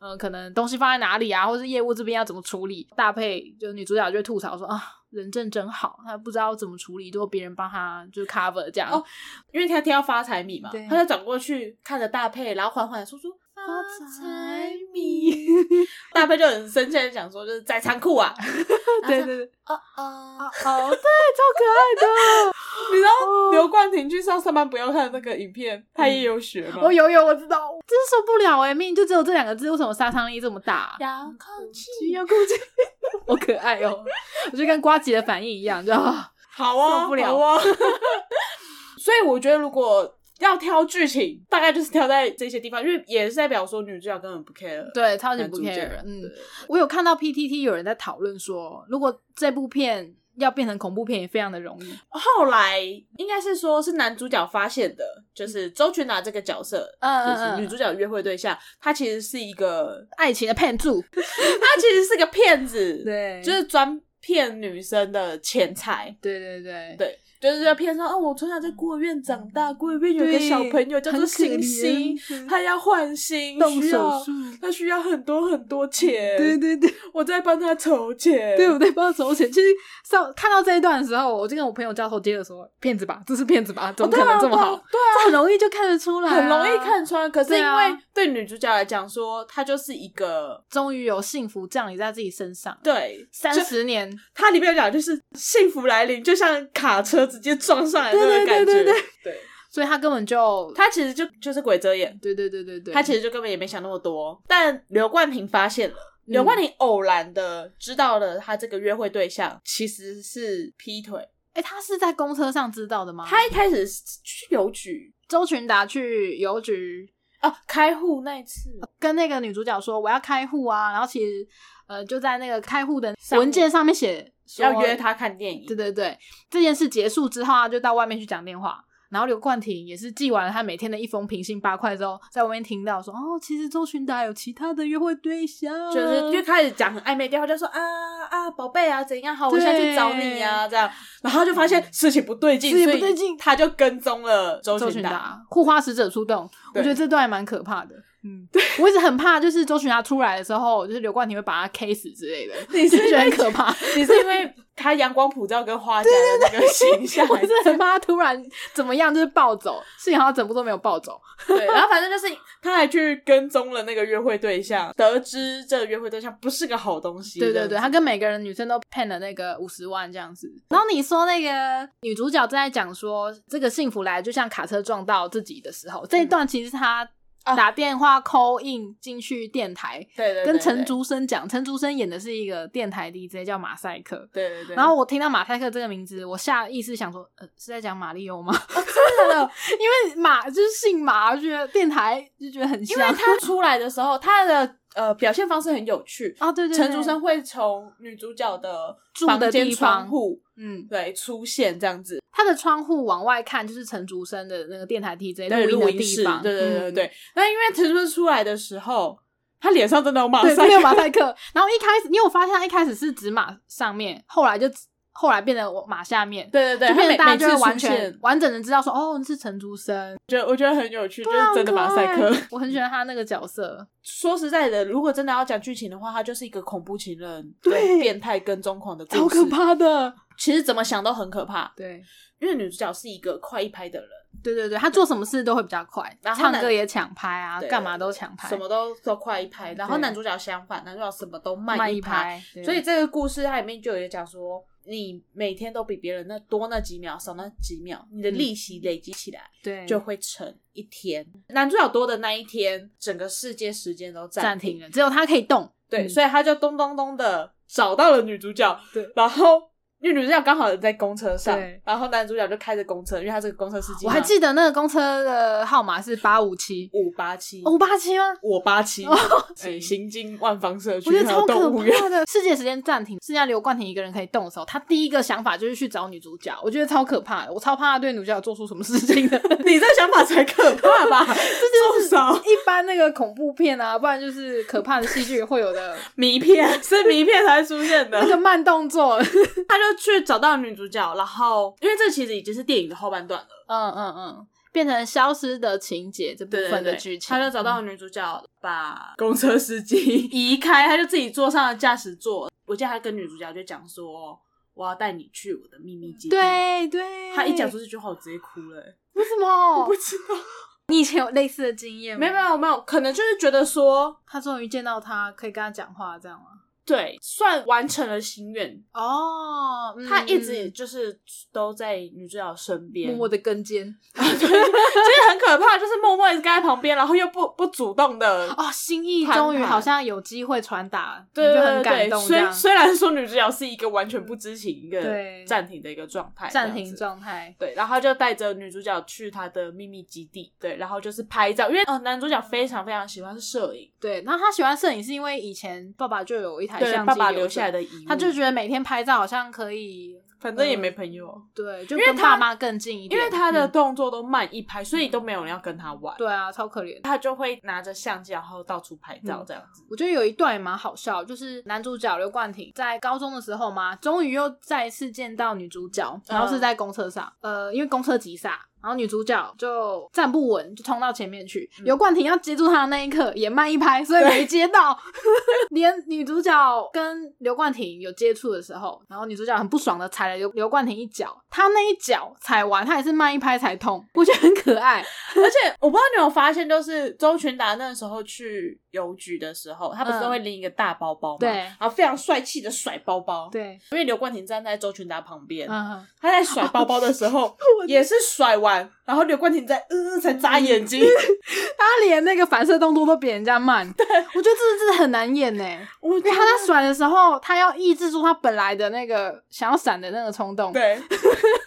嗯、呃可能东西放在哪里啊，或是业务这边要怎么处理。搭配就是女主角就会吐槽说啊，人证真好，她不知道怎么处理，都别人帮她就是 cover 这样。
哦因为他听到发财米嘛
对，
他就转过去看着大佩，然后缓缓地说出发
财
米，大佩就很生气的讲说：“就是在仓库啊。
对对对，
哦”哦
哦哦，对，超可爱的。
你知
哦
道刘冠廷去上上班不要看的那个影片，他也有学吗？
嗯我有有，我知道，真是受不了哎、命就只有这两个字，为什么杀伤力这么大、
遥控器，
要攻击， 好可爱哦、 我就跟瓜吉的反应一样， 就啊
好啊，
受不了
好啊。 所以我觉得，如果要挑剧情，大概就是挑在这些地方，因为也是代表说女主角根本不 care。
对，超级
男
不
主角，
care。嗯
对，
我有看到 PTT 有人在讨论说，如果这部片要变成恐怖片也非常的容易。
后来应该是说是男主角发现的，就是周群达这个角色，
嗯
就
嗯
是
嗯
女主角约会对象，他其实是一 个，
爱情的骗注，
他其实是个骗子，，
对
就是专骗女生的钱财，
对对对
对，就是要骗说，哦，我从小在孤儿院长大，孤儿院有个
对
小朋友叫
嗯很
做
可
星星，
怜
他要换星，
动
需要
手术，
他需要很多很多钱，
对对对。
我在帮他筹钱，
对，我在帮他筹钱。其实上看到这一段的时候，我就跟我朋友交头接耳说：“骗子吧，这是骗子吧，怎
哦
么
对
可
啊
能这么好？
对啊对啊
这很容易就看得出来、啊
很容易。看穿。可是
对
因
啊
为对女主角来讲说，她就是一个
终于有幸福降临在自己身上，
对
三
就
十年，
它里面有讲就是幸福来临，就像卡车直接撞上来那种
对对
感觉。
对对
对
所以他根本就
他其实就就是鬼遮眼，
对对对对对，
他其实就根本也没想那么多。但刘冠廷发现了。
嗯
刘冠廷偶然的知道了他这个约会对象其实是劈腿，
哎、他是在公车上知道的吗？
他一开始是去邮局
周群达去邮局
啊开户那一次，
跟那个女主角说我要开户啊，然后其实呃就在那个开户的
上面
文件上面写说
要约他看电影
对，对对，这件事结束之后，他就到外面去讲电话。然后刘冠廷也是寄完了他每天的一封平信八块之后，在外面听到说哦，其实周群达有其他的约会对象，
就是就开始讲很暧昧的电话，就说啊啊宝贝啊怎样好，我现在去找你啊这样，然后就发现事情不对劲，
嗯事情不
所以
对劲
他就跟踪了周
周
群
群
达。
达护花使者出动，我
对
觉得这段还蛮可怕的。嗯，我一直很怕，就是周群霞出来的时候，就是刘冠廷会把他 K 死之类的，
你是
就觉得很可怕。
你是因为他阳光普照跟花家的那个形象，
我真的很怕他突然怎么样，就是暴走。幸好他整部都没有暴走。
对，然后反正就是他还去跟踪了那个约会对象，得知这个约会对象不是个好东西。
对
这
对
样子
对，他跟每个人女生都骗了那个五十万这样子。然后你说那个女主角正在讲说，这个幸福来就像卡车撞到自己的时候，这一段其实是她
嗯啊
打电话 call in 进去电台，
对对对
跟陈
对
竹生讲，陈竹生演的是一个电台 DJ 叫马赛克。
对对对，
然后我听到马赛克这个名字，我下意识想说，呃，是在讲马里欧吗？
哦真的，
因为马就是姓马，我觉得电台就觉得很
因为
像。
他出来的时候，他的呃表现方式很有趣。
啊，对对对，
陈竹生会从女主角的
住
房
的
间
地
窗
方
户
嗯，
对出现这样子，
他的窗户往外看就是陈竹生的那个电台 DJ
对
录
录
音的
音
地
室，
方，
对对对
嗯
对对。那因为陈竹生出来的时候，他脸上真的有马
对，
赛
没有马
克，
赛克。然后一开始，你有发现他一开始是指马上面，后来就后来变成马下面，
对对对，
就
他
变
每
成大家
每
就会
次
完
出
全
现
完整的知道说，哦，是陈竹生，
觉得我觉得很有趣，就
对啊
是真的马赛克
很可。 爱我很喜欢他那个角 色，
说实在的，如果真的要讲剧情的话，它就是一个恐怖情人
对
对变态跟踪狂的故事，
超可。怕的。
其实怎么想都很可怕，
对
因为女主角是一个快一拍的人，
对对对，他做什么事都会比较快，
然后
唱
呢
歌也抢拍啊，
对
干嘛都抢拍，
什么都都快一拍。然后
对
男主角相反，男主角什么都
慢
慢一拍。
拍，对啊
所以这个故事它里面就有讲说，你每天都比别人那多那几秒，少那几秒，你的
嗯
利息累积起来
对
就会成一天。男主角多的那一天，整个世界时间都
暂
暂
停了，只有他可以动。
对，
嗯
所以他就咚咚咚的找到了女主角，
对
然后因为女主角刚好在公车上
对，
然后男主角就开着公车，因为他是个公车司机
我
嘛，
还记得那个公车的号码是八五七，
五八七，
哦五八七吗？
我八七，
哦
哎，行经万方社区
我觉得
还有
超可
动物园，
怕的。 世界时间暂停，剩下刘冠廷一个人可以动的时候，他第一个想法就是去找女主角。我觉得超可怕的，我超怕他对女主角做出什么事情的。
你这想法才可怕 吧？这
就是
少
一般那个恐怖片啊，不然就是可怕的戏剧会有 的
迷片 是迷片才出现的
那，个慢动作。嗯
他就去找到女主角，然后因为这其实已经是电影的后半段了，
嗯嗯，变成消失的情节这部
对对
分的
对，
剧情，嗯
他就找到女主角，把公车司机 移开，他就自己坐上了驾驶座。我记得他跟女主角就讲说：“我要带你去我的秘密基地。”，
对对，
他一讲出这句话，我直接哭了、 欸
为什么
不？知道，
你以前有类似的经验吗？
没有没，有没有，可能就是觉得说，
他终于见到他，可以跟他讲话，这样吗？
对，算完成了心愿。
哦，嗯
他一直就是都在女主角身边，
默默的跟监。
就是很可怕，就是默默地跟在旁边，然后又不不主动的
哦，心意
谈
终于
判
好像有机会传达，你
对
就
对
很
对
感
对，
动这样
虽。虽然说女主角是一个完全不知情、一个
对
暂停的一个状态，
暂停
这样子。
状态，
对，然后就带着女主角去她的秘密基地，对，然后就是拍照，因为呃男主角非常非常喜欢是摄影，
对。然后他喜欢摄影是因为以前爸爸就有一台
对，
相机
爸爸
留
留
着
下来，的遗物，
他就觉得每天拍照好像可以，
反正也没朋友，
对，就
因为
跟
他
爸妈更近一
因
点。
为他的
嗯
动作都慢一拍，所以都没有人要跟他玩，
对啊，超可怜。
他就会拿着相机然后到处拍照
嗯
这样子。
我觉得有一段也蛮好笑，就是男主角刘冠廷在高中的时候嘛，终于又再一次见到女主角，然后是在公车上，呃，因为公车急刹，然后女主角就站不稳，就冲到前面去。
嗯
刘冠廷要接住她的那一刻也慢一拍，所以没接到。 连女主角跟刘冠廷有接触的时候，然后女主角很不爽的踩了刘刘冠廷一脚，她那一脚踩完，她也是慢一拍才痛，我觉得很可爱。
而且我不知道你有没有发现，就是周群达那时候去邮局的时候，他不是
嗯
都会拎一个大包包嘛，
对
然后非常帅气的甩包包，
对，
因为刘冠廷站在周群达旁边，
嗯，
他在甩包包的 时候也是甩完，然后刘冠廷在嗯、呃、才眨眼睛，
他连那个反射动作都比人家慢，对我觉得这真的很难 演呢。
我
因为他在甩的时候，他要抑制住他本来的那个想要闪的那个冲动。，
对，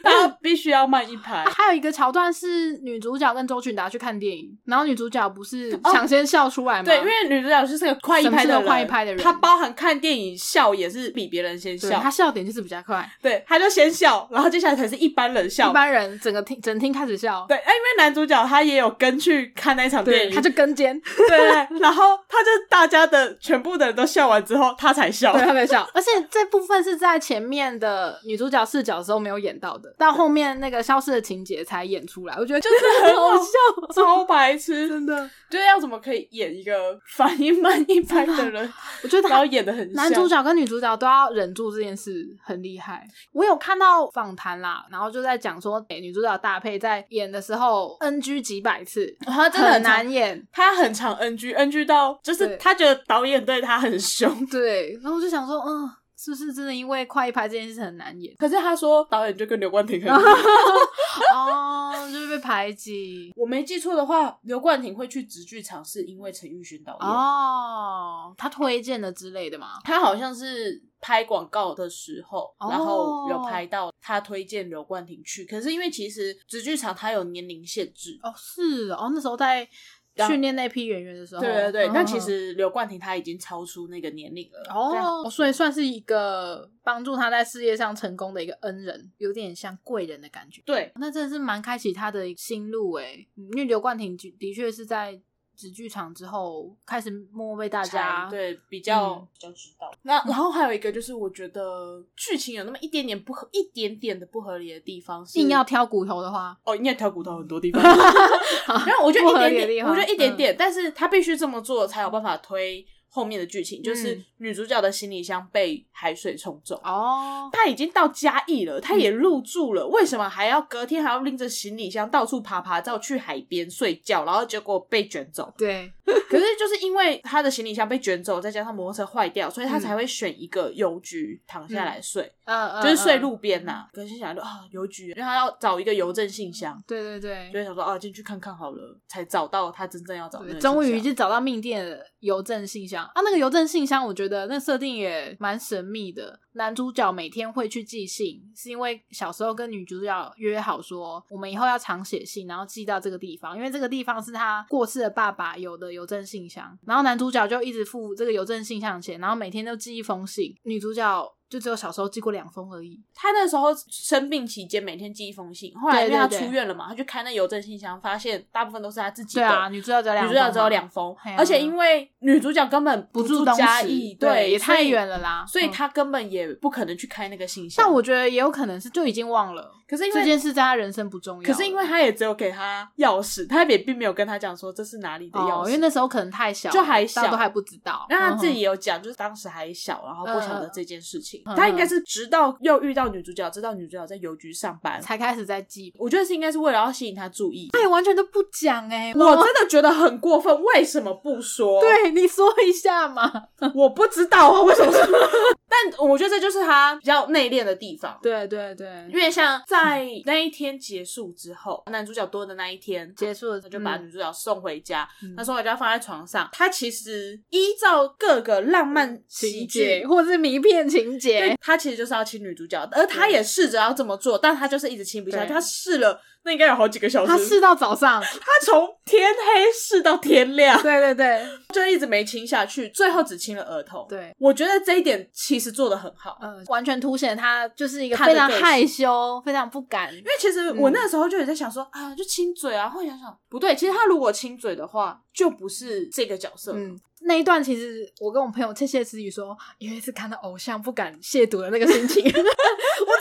他必须要慢一拍。
还有一个桥段是女主角跟周群达去看电影，然后女主角不是抢先笑出来吗？
哦对，因为女主角就是个快一拍
什
的
么
人，
事都快一拍的人
她包含看电影笑也是比别人先
对
笑
她，笑点就是比较快，
对，她就先笑，然后接下来才是一般人笑
一，般人整个听整厅开始角，
对，哎，因为男主角他也有跟去看那一场电影，
他就跟 肩，
对，然后他就大家的全部的人都笑完之后，他才笑。
对，他没笑。而且这部分是在前面的女主角视角的时候没有演到的，到后面那个消失的情节才演出来。我觉得真的很好笑，
超白痴，
真的。
就是要怎么可以演一个反应慢一拍的人，
我觉得
然后
他
演的很像
男主角跟女主角都要忍住这件事，很厉害。我有看到访谈啦，然后就在讲说，诶女主角搭配在演的时候 NG 几百次，
他真的
很
很常
难，演。
他很常 NG NG 到就是
对
他觉得导演对他很凶，？
对，然后我就想说，嗯，是不是真的因为快一拍这件事很难演
可是他说导演就跟刘冠 廷很。
哦，就是被排挤。
我没记错的话，刘冠廷会去直剧场是因为陈玉勋导演，
哦，他推荐的之类的嘛。
他好像是拍广告的时候，
哦
然后有拍到他推荐刘冠廷去，可是因为其实直剧场它有年龄限制。
哦，是哦，那时候在训练那批演员的时候，
对对对，
嗯
但其实刘冠廷他已经超出那个年龄了。这样
哦，所以算是一个帮助他在事业上成功的一个恩人，有点像贵人的感觉。
对，
那真的是蛮开启他的新路诶，因为刘冠廷的的确是在纸剧场之后开始默默被大家
才对比较、
嗯
比较知道。那然后还有一个就是，我觉得剧情有那么一点点不合，一点点的不合理的地方是，
硬要挑骨头的话，
哦，应该挑骨头很多地方。 没有，我觉得
不合理的
一点
地
点，
方嗯
我觉得一点点，但是他必须这么做才有办法推后面的剧情，就是
嗯
女主角的行李箱被海水冲走。
哦，嗯
他已经到嘉义了，他也入住了，为什么还要隔天还要拎着行李箱到处爬爬照去海边睡觉，然后结果被卷走？
对，
可是就是因为他的行李箱被卷走，再加上摩托车坏掉，所以他才会选一个邮局躺下来睡，
嗯，嗯
就是睡路，边呐、可是想说啊，邮局，因为他要找一个邮政信箱
嗯，对对对
就，会想说啊，进去看看好了，才找到他真正要找的那
对
个
终于
信箱
就找到命店的邮政信箱啊！那个邮政信箱，我觉得那设定也蛮神秘的。男主角每天会去寄信，是因为小时候跟女主角约好说，我们以后要常写信，然后寄到这个地方，因为这个地方是他过世的爸爸有的邮政信箱。然后男主角就一直付这个邮政信箱的钱，然后每天都寄一封信。女主角就只有小时候寄过两封而已。
他那时候生病期间每天寄一封信，后来
对
因为他
对对
出院了嘛，他去开那邮政信箱，发现大部分都是他自己
对
的。
啊，女主角只有两
女
封
主
嘛，
角只有两封
嘿啊，
而且因为女主角根本
不
住
住东
嘉
石
义，
对也
所以
太远了啦
所以
嗯
她根本也不可能去开那个信箱。
但我觉得也有可能是就已经忘了。
可是因
这
为，
件事在他人生不重要了，
可是因为他也只有给他钥匙，他也并没有跟他讲说这是哪里的钥
哦，
匙，
因为那时候可能太小了，
就还
大家
小
都还不知道。
那他自己
嗯
也有讲，就是当时还小，然后不晓得这件事情。
嗯嗯
他应该是直到又遇到女主角，知道女主角在邮局上班
哼，才开始在记，
我觉得是应该是为了要吸引他注意。
他也完全都不讲哎、
我真的觉得很过分，为什么不说？，
对你说一下嘛。
我不知道啊，为什么是？ 但我觉得这就是他比较内敛的地方。
对对对
因，为像在那一天结束之后，男主角多的那一天，
结束了
他就把女主角送回家。
嗯
他送回家放在床上，他其实依照各个浪漫喜
情
剧
节或者是迷片情
对
节，
他其实就是要亲女主角，而他也试着要这么做，但他就是一直亲不下去。
对
他试了，那应该有好几个小时。
他试到早 上，
他从天黑试到天亮，
对对对
就一直没亲下去，最后只亲了额头。，
对。
我觉得这一点其实做的很好，
嗯，完全凸显他就是一个
他的
非常
个性
害羞、非常不敢，
因为其实
嗯
我那时候就有在想说、啊，就亲嘴啊，后来想想不对，其实他如果亲嘴的话，就不是这个角色。
嗯，那一段其实我跟我朋友窃窃私语说，有一次看到偶像不敢亵渎的那个心情， 我怎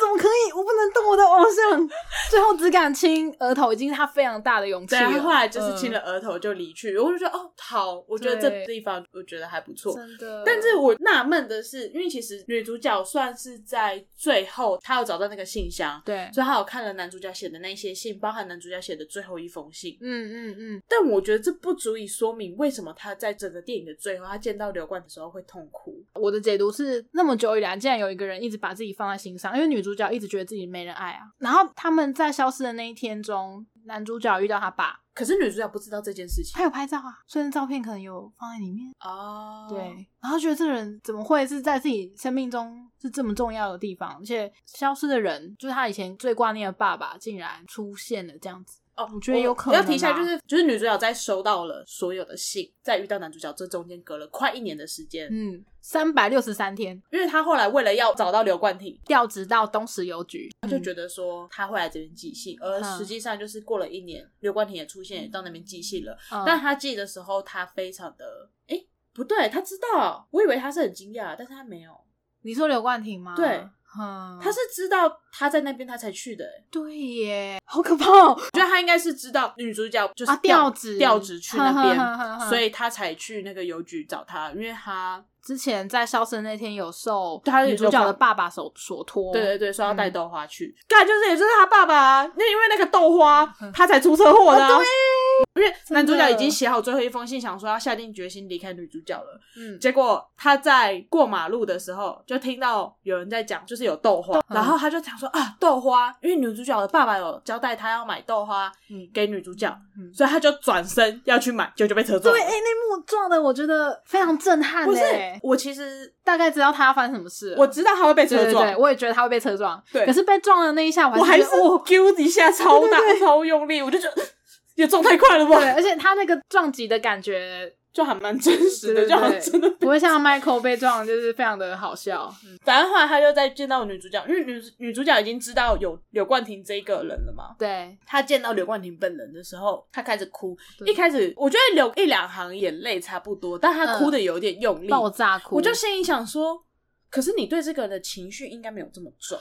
么可以？我不能动我的偶像，最后只敢亲额头，已经是他非常大的勇气
对，啊
了。
他后来就是亲了
嗯、
额头就离去，我就觉得哦，好，我觉得这
对
地方我觉得还不错。
真的。
但是我纳闷的是，因为其实女主角算是在最后，她有找到那个信箱，
对，
所以她有看了男主角写的那些信，包含男主角写的最后一封信。
嗯嗯嗯，
但我觉得这不足以说明为什么她在整个电影的最后，她见到刘冠的时候会痛哭。
我的解读是，那么久以来，竟然有一个人一直把自己放在心上，因为女主角一直觉得自己没人爱啊。然后他们在消失的那一天中，男主角遇到他爸，
可是女主角不知道这件事情
他有拍照啊，虽然照片可能有放在里面。
哦，
对，然后觉得这个人怎么会是在自己生命中是这么重要的地方，而且消失的人就是他以前最挂念的爸爸，竟然出现了这样子。
哦，
我觉得有可能啊
要提一下，就是就是女主角在收到了所有的信，在遇到男主角这中间隔了快一年的时间，
嗯，三百六十三天
因为她后来为了要找到刘冠廷，
调职到东石邮局，
她就觉得说他会来这边寄信，而
嗯
实际上就是过了一年，刘冠廷也出现，也到那边寄信了。
嗯
但他寄的时候，他非常的哎、诶不对，他知道，我以为他是很惊讶，但是他没有，
你说刘冠廷吗？
对，
嗯，
他是知道他在那边他才去的、诶
对耶，好可怕、哦，
我觉得他应该是知道女主角就是
啊调职嗯
调职 去那
哈哈哈哈
边，所以他才去那个邮局找他，因为他
之前在消失的那天有受
他
女
有
主角的
放
爸爸手所托，
对对对说要带
嗯
豆花去，干、就是也就是他爸爸啊，那因为那个豆花
嗯
他才出车祸的、
哦
啊因为男主角已经写好最后一封信，想说要下定决心离开女主角了。
嗯，
结果他在过马路的时候，就听到有人在讲，就是有豆花，
嗯
然后他就想说啊，豆花，因为女主角的爸爸有交代他要买豆花
嗯
给女主角，
嗯
所以他就转身要去买，结果就被车撞了
对，哎、。那幕撞的我觉得非常震撼、欸，
不是，我其实
大概知道他要发生什么事了，
我知道他会被
对
车
对
撞，
对，我也觉得他会被车撞，
对
可是被撞的那一下，
我还
是
是
觉得哦
揪一下超大超用力，我就觉得 也撞太快了
对，
吧，
而且他那个撞击的感觉，
就还蛮真实的，
对对
就好
对
像真的
不会像 Michael 被撞，就是非常的好笑。
反正后来他就在见到女主角，因为女女主角已经知道有柳冠廷这一个人了嘛。
对，
他见到柳冠廷本人的时候，他开始哭。
对
一开始我觉得流一两行眼泪差不多，但他哭的有点用力。
爆炸嗯哭，
我就心里想说，可是你对这个人的情绪应该没有这么重。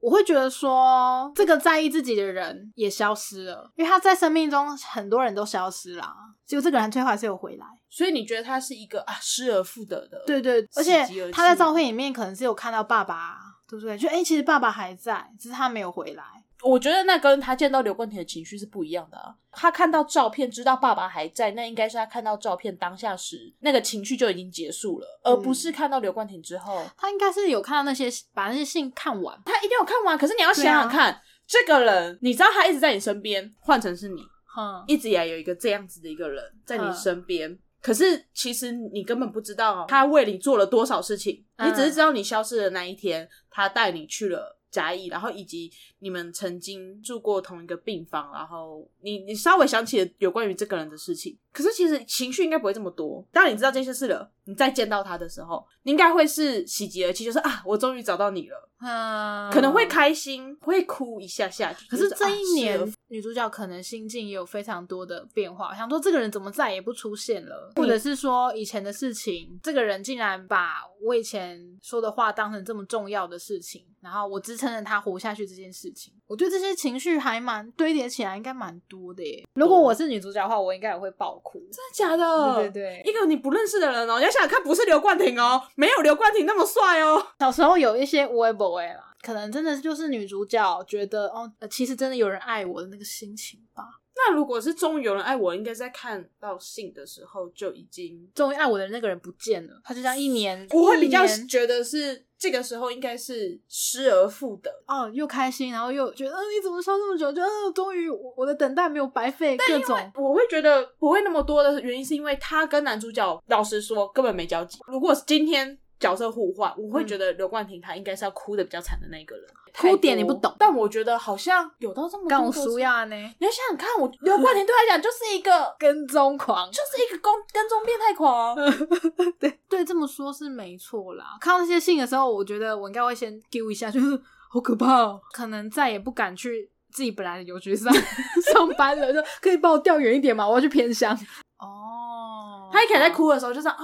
我会觉得说，这个在意自己的人也消失了，因为他在生命中很多人都消失了啊，结果这个人最后还是有回来。
所以你觉得他是一个啊失而复得的？
对对，而
喜
且
极而
他在
泣
照片里面可能是有看到爸爸啊，对不对？就哎、诶其实爸爸还在，只是他没有回来。
我觉得那跟他见到刘冠廷的情绪是不一样的啊。他看到照片，知道爸爸还在，那应该是他看到照片当下时那个情绪就已经结束了，而不是看到刘冠廷之后，
他应该是有看到那些，把那些信看完吧。
他一定有看完。可是你要想想看，这个人，你知道他一直在你身边，换成是你，
嗯，
一直以来有一个这样子的一个人在你
嗯
身边。可是其实你根本不知道他为你做了多少事情，
嗯
你只是知道你消失的那一天，他带你去了甲乙，然后以及你们曾经住过同一个病房，然后你你稍微想起了有关于这个人的事情。可是其实情绪应该不会这么多。当你知道这些事了，你再见到他的时候，你应该会是喜极而泣，就是啊，我终于找到你了，
嗯
可能会。开心，会哭一下下。
可是
就
这
啊
一
失而
年，女主角可能心境也有非常多的变化，想说这个人怎么再也不出现了，或者是说以前的事情，这个人竟然把我以前说的话当成这么重要的事情，然后我支撑着他活下去这件事情，我觉得这些情绪还蛮堆叠起来，应该蛮多的耶。如果我是女主角的话，我应该也会爆哭。
真的假的？
对对对
一个你不认识的人哦，你要想想看，不是刘冠廷哦，没有刘冠廷那么帅哦。
小时候有一些无为不为啦，可能真的就是女主角觉得哦、呃其实真的有人爱我的那个心情吧。
那如果是终于有人爱我，应该在看到信的时候就已经，
终于爱我的那个人不见了，他就这样一 年，
我会比较
一年
觉得是这个时候应该是失而复得。
哦，又开心，然后又觉得，嗯、你怎么消这么久？就嗯、终于我我的等待没有白费，各种
我会觉得不会那么多的原因，是因为他跟男主角老实说根本没交集。如果今天角色互换，我会觉得刘冠廷他应该是要哭的比较惨的那一个人。
哭点
太多
你不懂
但我觉得好像有到这么多
告
的
诉亚呢，
你要想想看，我 刘冠廷对他来讲就是一个
跟踪狂。
就是一个跟跟踪变态狂、
对对，这么说是没错啦。看到那些信的时候，我觉得我应该会先丢一下， 就是好可怕、哦，可能再也不敢去自己本来的邮局上 上班了，就可以把我调远一点嘛，我要去偏乡。哦，
他一开始在，哭的时候，就是啊、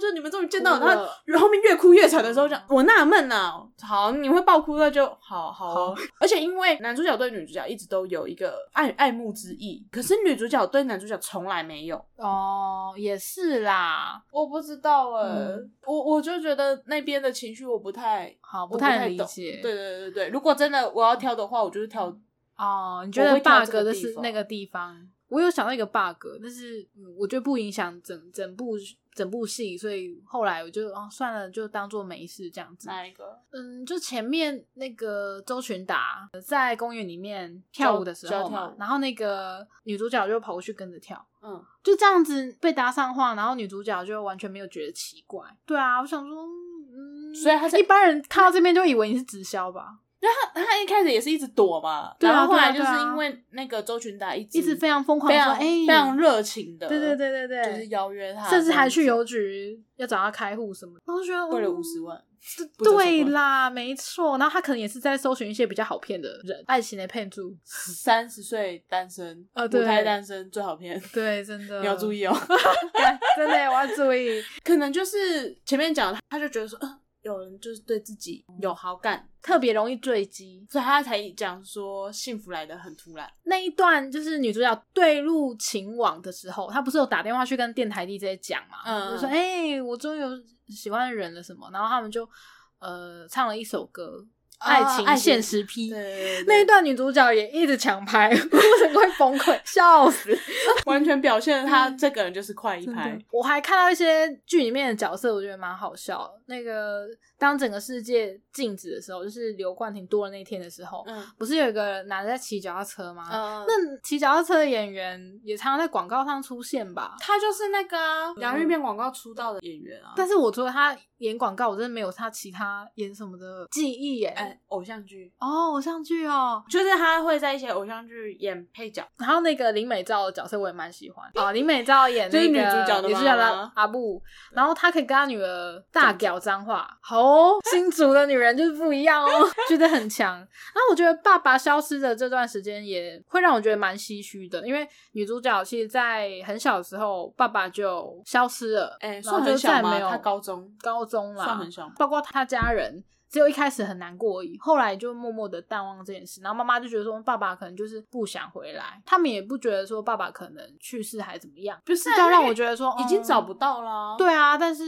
就你们终于见到我，
哭了
然后越后面越哭越惨的时候就，我纳闷呐，好，你会爆哭那就好好哦。而且因为男主角对女主角一直都有一个爱爱慕之意，可是女主角对男主角从来没有。
哦，也是啦，
我不知道哎、
嗯
我我就觉得那边的情绪我不太。
好，
我
不
不
太
太
能理
懂
解。
对对对对，如果真的我要挑的话，我就是挑
哦，你觉
我
得
会跳
bug
这个
的
地
是
方
那个地方？我有想到一个 bug，但是嗯我觉得不影响整整部整部戏，所以后来我就哦算了，就当做没事这样子。
哪一个
嗯，就前面那个周群达呃在公园里面跳舞的时候
教跳
嘛
舞，
然后那个女主角就跑过去跟着跳，
嗯，
就这样子被搭上话，然后女主角就完全没有觉得奇怪。对啊，我想说，嗯，
所以她在
一般人看到这边就以为你是直销吧？
对他，他一开始也是一直躲嘛，
对啊
然后后来就
对啊
是
对啊
因为那个周群达一直
一直非常疯狂
非
地说，
常
哎、
非常热情的，
对对对对对，
就是邀约他，
甚至还去
这样
邮局要找他开户什么的，我就觉得
子为了
嗯
五十万，不止
对
50万，
啦，没错。然后他可能也是在搜寻一些比较好骗的人，爱情的骗术。
三十岁单身，
啊
母
对
胎单身最好骗，
对，真的
你要注，意哦。
干哎真的我要注意。
可能就是前面讲，他就觉得说，嗯、有人就是对自己有好感，
特别容易坠机
所以他才讲说幸福来的很突然。
那一段，就是女主角对入情网的时候，她不是有打电话去跟电台 DJ 讲嘛，
嗯
就说：“哎、我终于有喜欢的人了什么。”然后他们就呃唱了一首歌《
哦
啊爱情
爱情
现实批》
对
那一
那
段女主角也一直抢拍， 我整个会崩溃，笑死。
完全表现
嗯
了他这个人就是快一拍，
我还看到一些剧里面的角色，我觉得蛮好笑的。那个当整个世界静止的时候，就是刘冠廷多了那天的时候，
嗯
不是有一个男的在骑脚踏车吗？
嗯，那
那骑脚踏车的演员也常常在广告上出现吧？
他就是那个啊
嗯
洋芋片广告出道的演员啊，
但是我除了他演广告，我真的没有他其他演什么的记忆耶。
哎，偶像剧。
哦，偶像剧哦，
就是他会在一些偶像剧演配角，
然后那个林美照的角色我也蛮喜欢啊、哦林美照演、那
就
个
是女主角的
女主角
妈妈
的阿布，然后她可以跟她女儿大屌脏话，好、哦，新竹的女人就是不一 样哦，觉得很强。然后我觉得爸爸消失的这段时间也会让我觉得蛮唏嘘的，因为女主角其实，在很小的时候爸爸就消失了，
哎、
然后
算
就再
很小
没
吗？
有
他高中，
高中啦，
算很小吗
包括他家人，只有一开始很难过而已，后来就默默的淡忘这件事。然后妈妈就觉得说，爸爸可能就是不想回来，他们也不觉得说爸爸可能去世还怎么样，
不是啊
这样让
因为
我觉得说
已经找
嗯
不到啦。
对啊，但是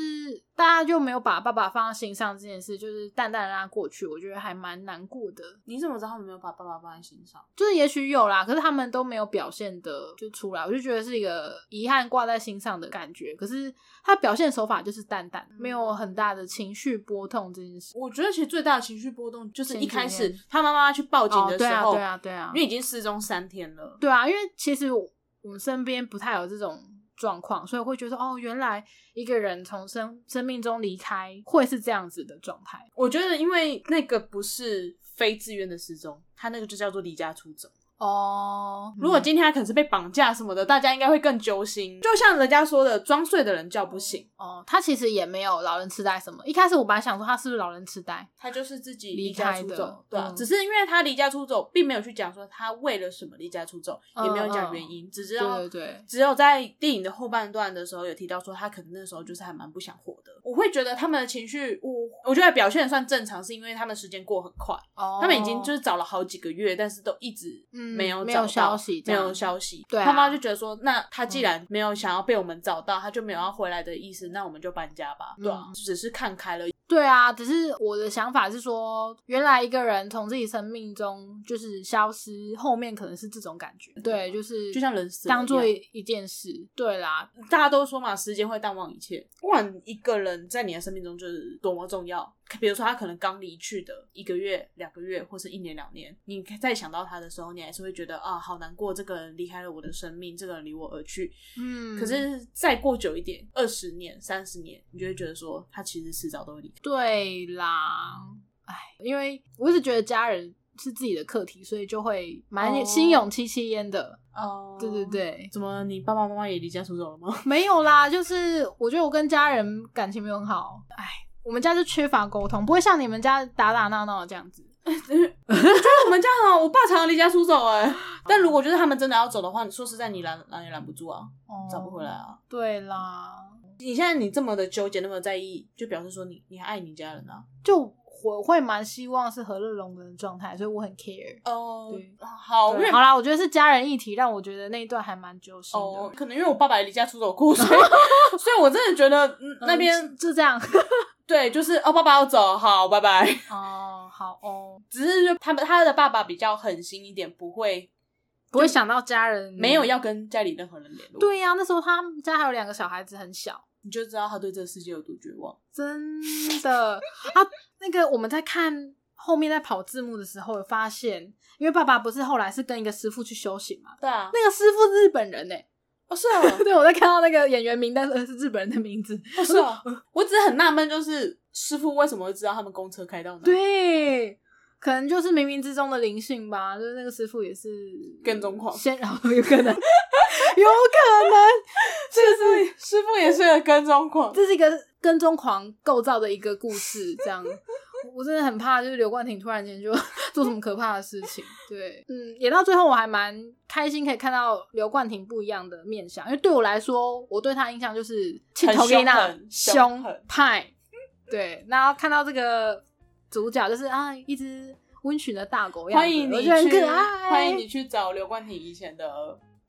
大家就没有把爸爸放在心上这件事，就是淡淡地让他过去，我觉得还蛮难过的。
你怎么知道他们没有把爸爸放在心上？
就是也许有啦，可是他们都没有表现的就出来，我就觉得是一个遗憾挂在心上的感觉。可是他表现手法就是淡淡，没有很大的情绪波动这件事。
我觉得其实最大的情绪波动就是
前
一
几
开始
天
他妈妈去报警
哦
的
对
时
啊
候，
对啊对啊
因为已经失踪三天了。
对啊，因为其实我我们身边不太有这种状况，所以会觉得哦，原来一个人从生生命中离开会是这样子的状态。
我觉得因为那个不是非自愿的失踪，他那个就叫做离家出走。
哦，
如果今天他可能是被绑架什么的，大家应该会更揪心。就像人家说的，装睡的人叫不醒，
哦，他其实也没有老人痴呆什么。一开始我本来想说他是不是老人痴呆，
他就是自己
离
离家
开
出
的
走，对啊，
嗯
只是因为他离家出走，并没有去讲说他为了什么离家出走，也没有讲原因，只知
对
道
嗯对对，
只有在电影的后半段的时候有提到说，他可能那时候就是还蛮不想活的。我会觉得他们的情绪，我我觉得表现得算正常，是因为他们时间过很快，
哦，
他们已经就是找了好几个月，但是都一直
嗯
没有
没
找
有
到
消息这
没
样
有消息。
对啊嗯
他妈就觉得说，那他既然没有想要被我们找到，他就没有要回来的意思，那我们就搬家吧。对啊，只是看开了。
嗯对啊，只是我的想法是说，原来一个人从自己生命中就是消失，后面可能是这种感觉。对，就是
嗯就像人死了
当做
一
一一件事。对啦，
大家都说嘛，时间会淡忘一切。不管一个人在你的生命中就是多么重要，比如说他可能刚离去的一个月、两个月，或是一年、两年，你再想到他的时候，你还是会觉得啊，好难过，这个人离开了我的生命，这个人离我而去。
嗯，
可是再过久一点，二十年、三十年，你就会觉得说，他其实迟早都会离开。
对啦，哎，因为我一直觉得家人是自己的课题，所以就会蛮
哦
心有戚戚焉的。
哦
对对，对，
怎么你爸爸妈妈也离家出走了吗？
没有啦，就是我觉得我跟家人感情没有很好，哎，我们家就缺乏沟通，不会像你们家打打闹闹这样子。
我们家啊，我爸常常离家出走哎、但如果就是他们真的要走的话，你说实在，你拦拦也拦不住啊，
哦
找不回来啊。
对啦，
你现在你这么的纠结，那么在意，就表示说你你还爱你家人啊。
就我会蛮希望是和乐融融的状态，所以我很 care。
哦
对
好，因为
对好啦，我觉得是家人议题让我觉得那一段还蛮揪心的。
哦，可能因为我爸爸也离家出走过，所 以所以我真的觉得、嗯、
嗯
那边、
就就这 样。
对，就是哦，爸爸要走，好，拜拜。
哦，好哦，
只是就他们他的爸爸比较狠心一点，不会
不会想到家人
没有。要跟家里任何人联络，，
对呀、那时候他们家还有两个小孩子很小，
你就知道他对这个世界有多绝望。
真的啊。那个我们在看后面在跑字幕的时候，有发现，因为爸爸不是后来是跟一个师傅去修行嘛，
对啊，
那个师傅是日本人呢、
哦是啊，
对，我在看到那个演员名单，呃，是日本人的名字。
哦是 啊，我只是很纳闷，就是师傅为什么会知道他们公车开到哪？，
对，可能就是冥冥之中的灵性吧，就是那个师傅也是
跟踪狂
先然后有可能，有 可能
这是师傅也是个跟踪狂，
这是一个跟踪狂构造的一个故事，这样。我真的很怕，就是刘冠廷突然间就 做什么可怕的事情。 对，嗯，演到最后我还蛮开心，可以看到刘冠廷不一样的面相。因为对我来说，我对他印象就是气头给那
很凶狠
凶派。对，然后看到这个主角就是啊，一只温驯的大狗样子，
欢迎
我
你
觉得很
去，
可爱。
欢迎你去找刘冠廷以前的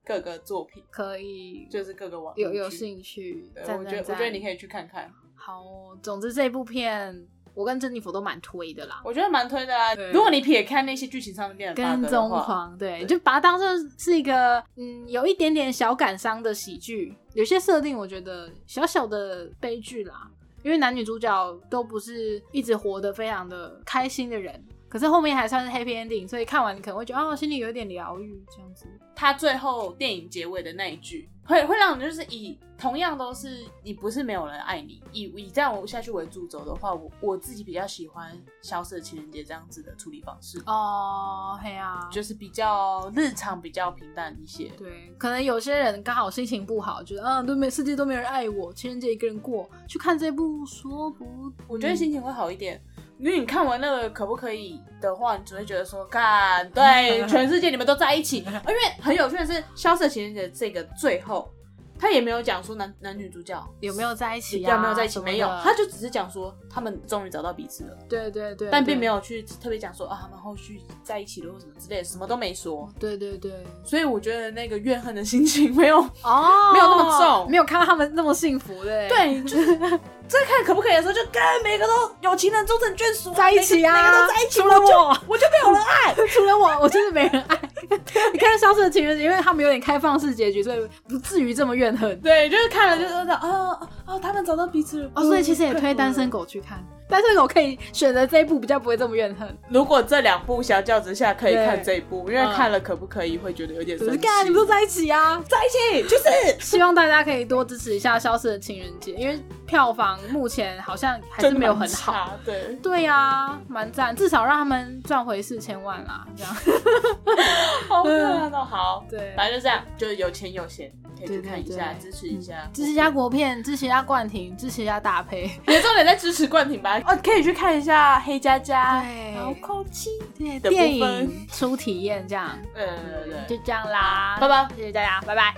各个作品，
可以
就是各个网
有有
兴趣。
兴趣，
对，
赞
我觉
赞
得我
赞
觉得你可以去看看，
好哦、总之这部片我跟珍妮佛都蛮推的啦。
我觉得蛮推的啊。
对
如果你撇开那些剧情上面的 bug
跟
的
踪
话，
狂，对，
对
就把它当成是一个嗯，有一点点小感伤的喜剧，有些设定我觉得小小的悲剧啦，因为男女主角都不是一直活得非常的开心的人，可是后面还算是 happy ending，所以看完你可能会觉得哦，心里有一点疗愈这样子。
他最后电影结尾的那一句，会会让你就是以同样都是你不是没有人爱你，以以这样下去为主轴的话，我我自己比较喜欢《消失的情人节》这样子的处理方式，
哦，嘿啊，
就是比较日常、比较平淡一些。
对，可能有些人刚好心情不好，觉得嗯，都没世界都没人爱我，情人节一个人过，去看这部说不，嗯
我觉得心情会好一点。因为你看完那个可不可以的话，你只会觉得说，干，对，全世界你们都在 一起。因为很有趣的是，《消失的情人节》这个最后，他也没有讲说男男女主角
有没有在一起
有
呀、啊？
没有在一起，
什么
没有
的，
他就只是讲说他们终于找到彼此了，
对对对，
但并
对
没。有去特别讲说啊，他们后续在一起了或什么之类的，什么都没说。
对对对，
所以我觉得那个怨恨的心情没 有
哦
没有那么重
没有看到他们那么幸福的，，
对，就是 在看可不可以的时候，就跟每个都有情人终成眷属，
在一起啊
每个每个都在一起，
除了
我
我
就，我就没有人爱。
除了我，我真的没人爱。 你看《消失的情人节》，因为他们有点开放式结局，所以不至于这么怨恨
对，就是看了就知道，哦哦哦，他们找到彼此了
哦。所以其实也推《单身。
嗯
狗》去看，《单身狗》可以选择这一部，比较不会这么怨恨。
如果这两部相较之下，可以
对
看这一部，因为
嗯
看了可不可以会觉得有点
只
生
是
气。
干，你们都在一起啊！
在一起，就是
希望大家可以多支持一下《消失的情人节》，因为票房目前好像还是没有很好。。
对，
对呀、蛮赞，至少让他们赚回四千万啦，这样。
好看哦。好，
对，
反正就这样，就是有钱有闲，可以去
对
看一
对
下，
对嗯
支持一下。
支持一下国片，支持一下冠廷，支持一下大配。
你的重点在支持冠廷吧？哦，可以去看一下《黑佳佳》，
对
遥控器。
对
的部
电
分
影初体验这样，
对对对对
就这样啦，
拜拜
谢谢大家，拜拜。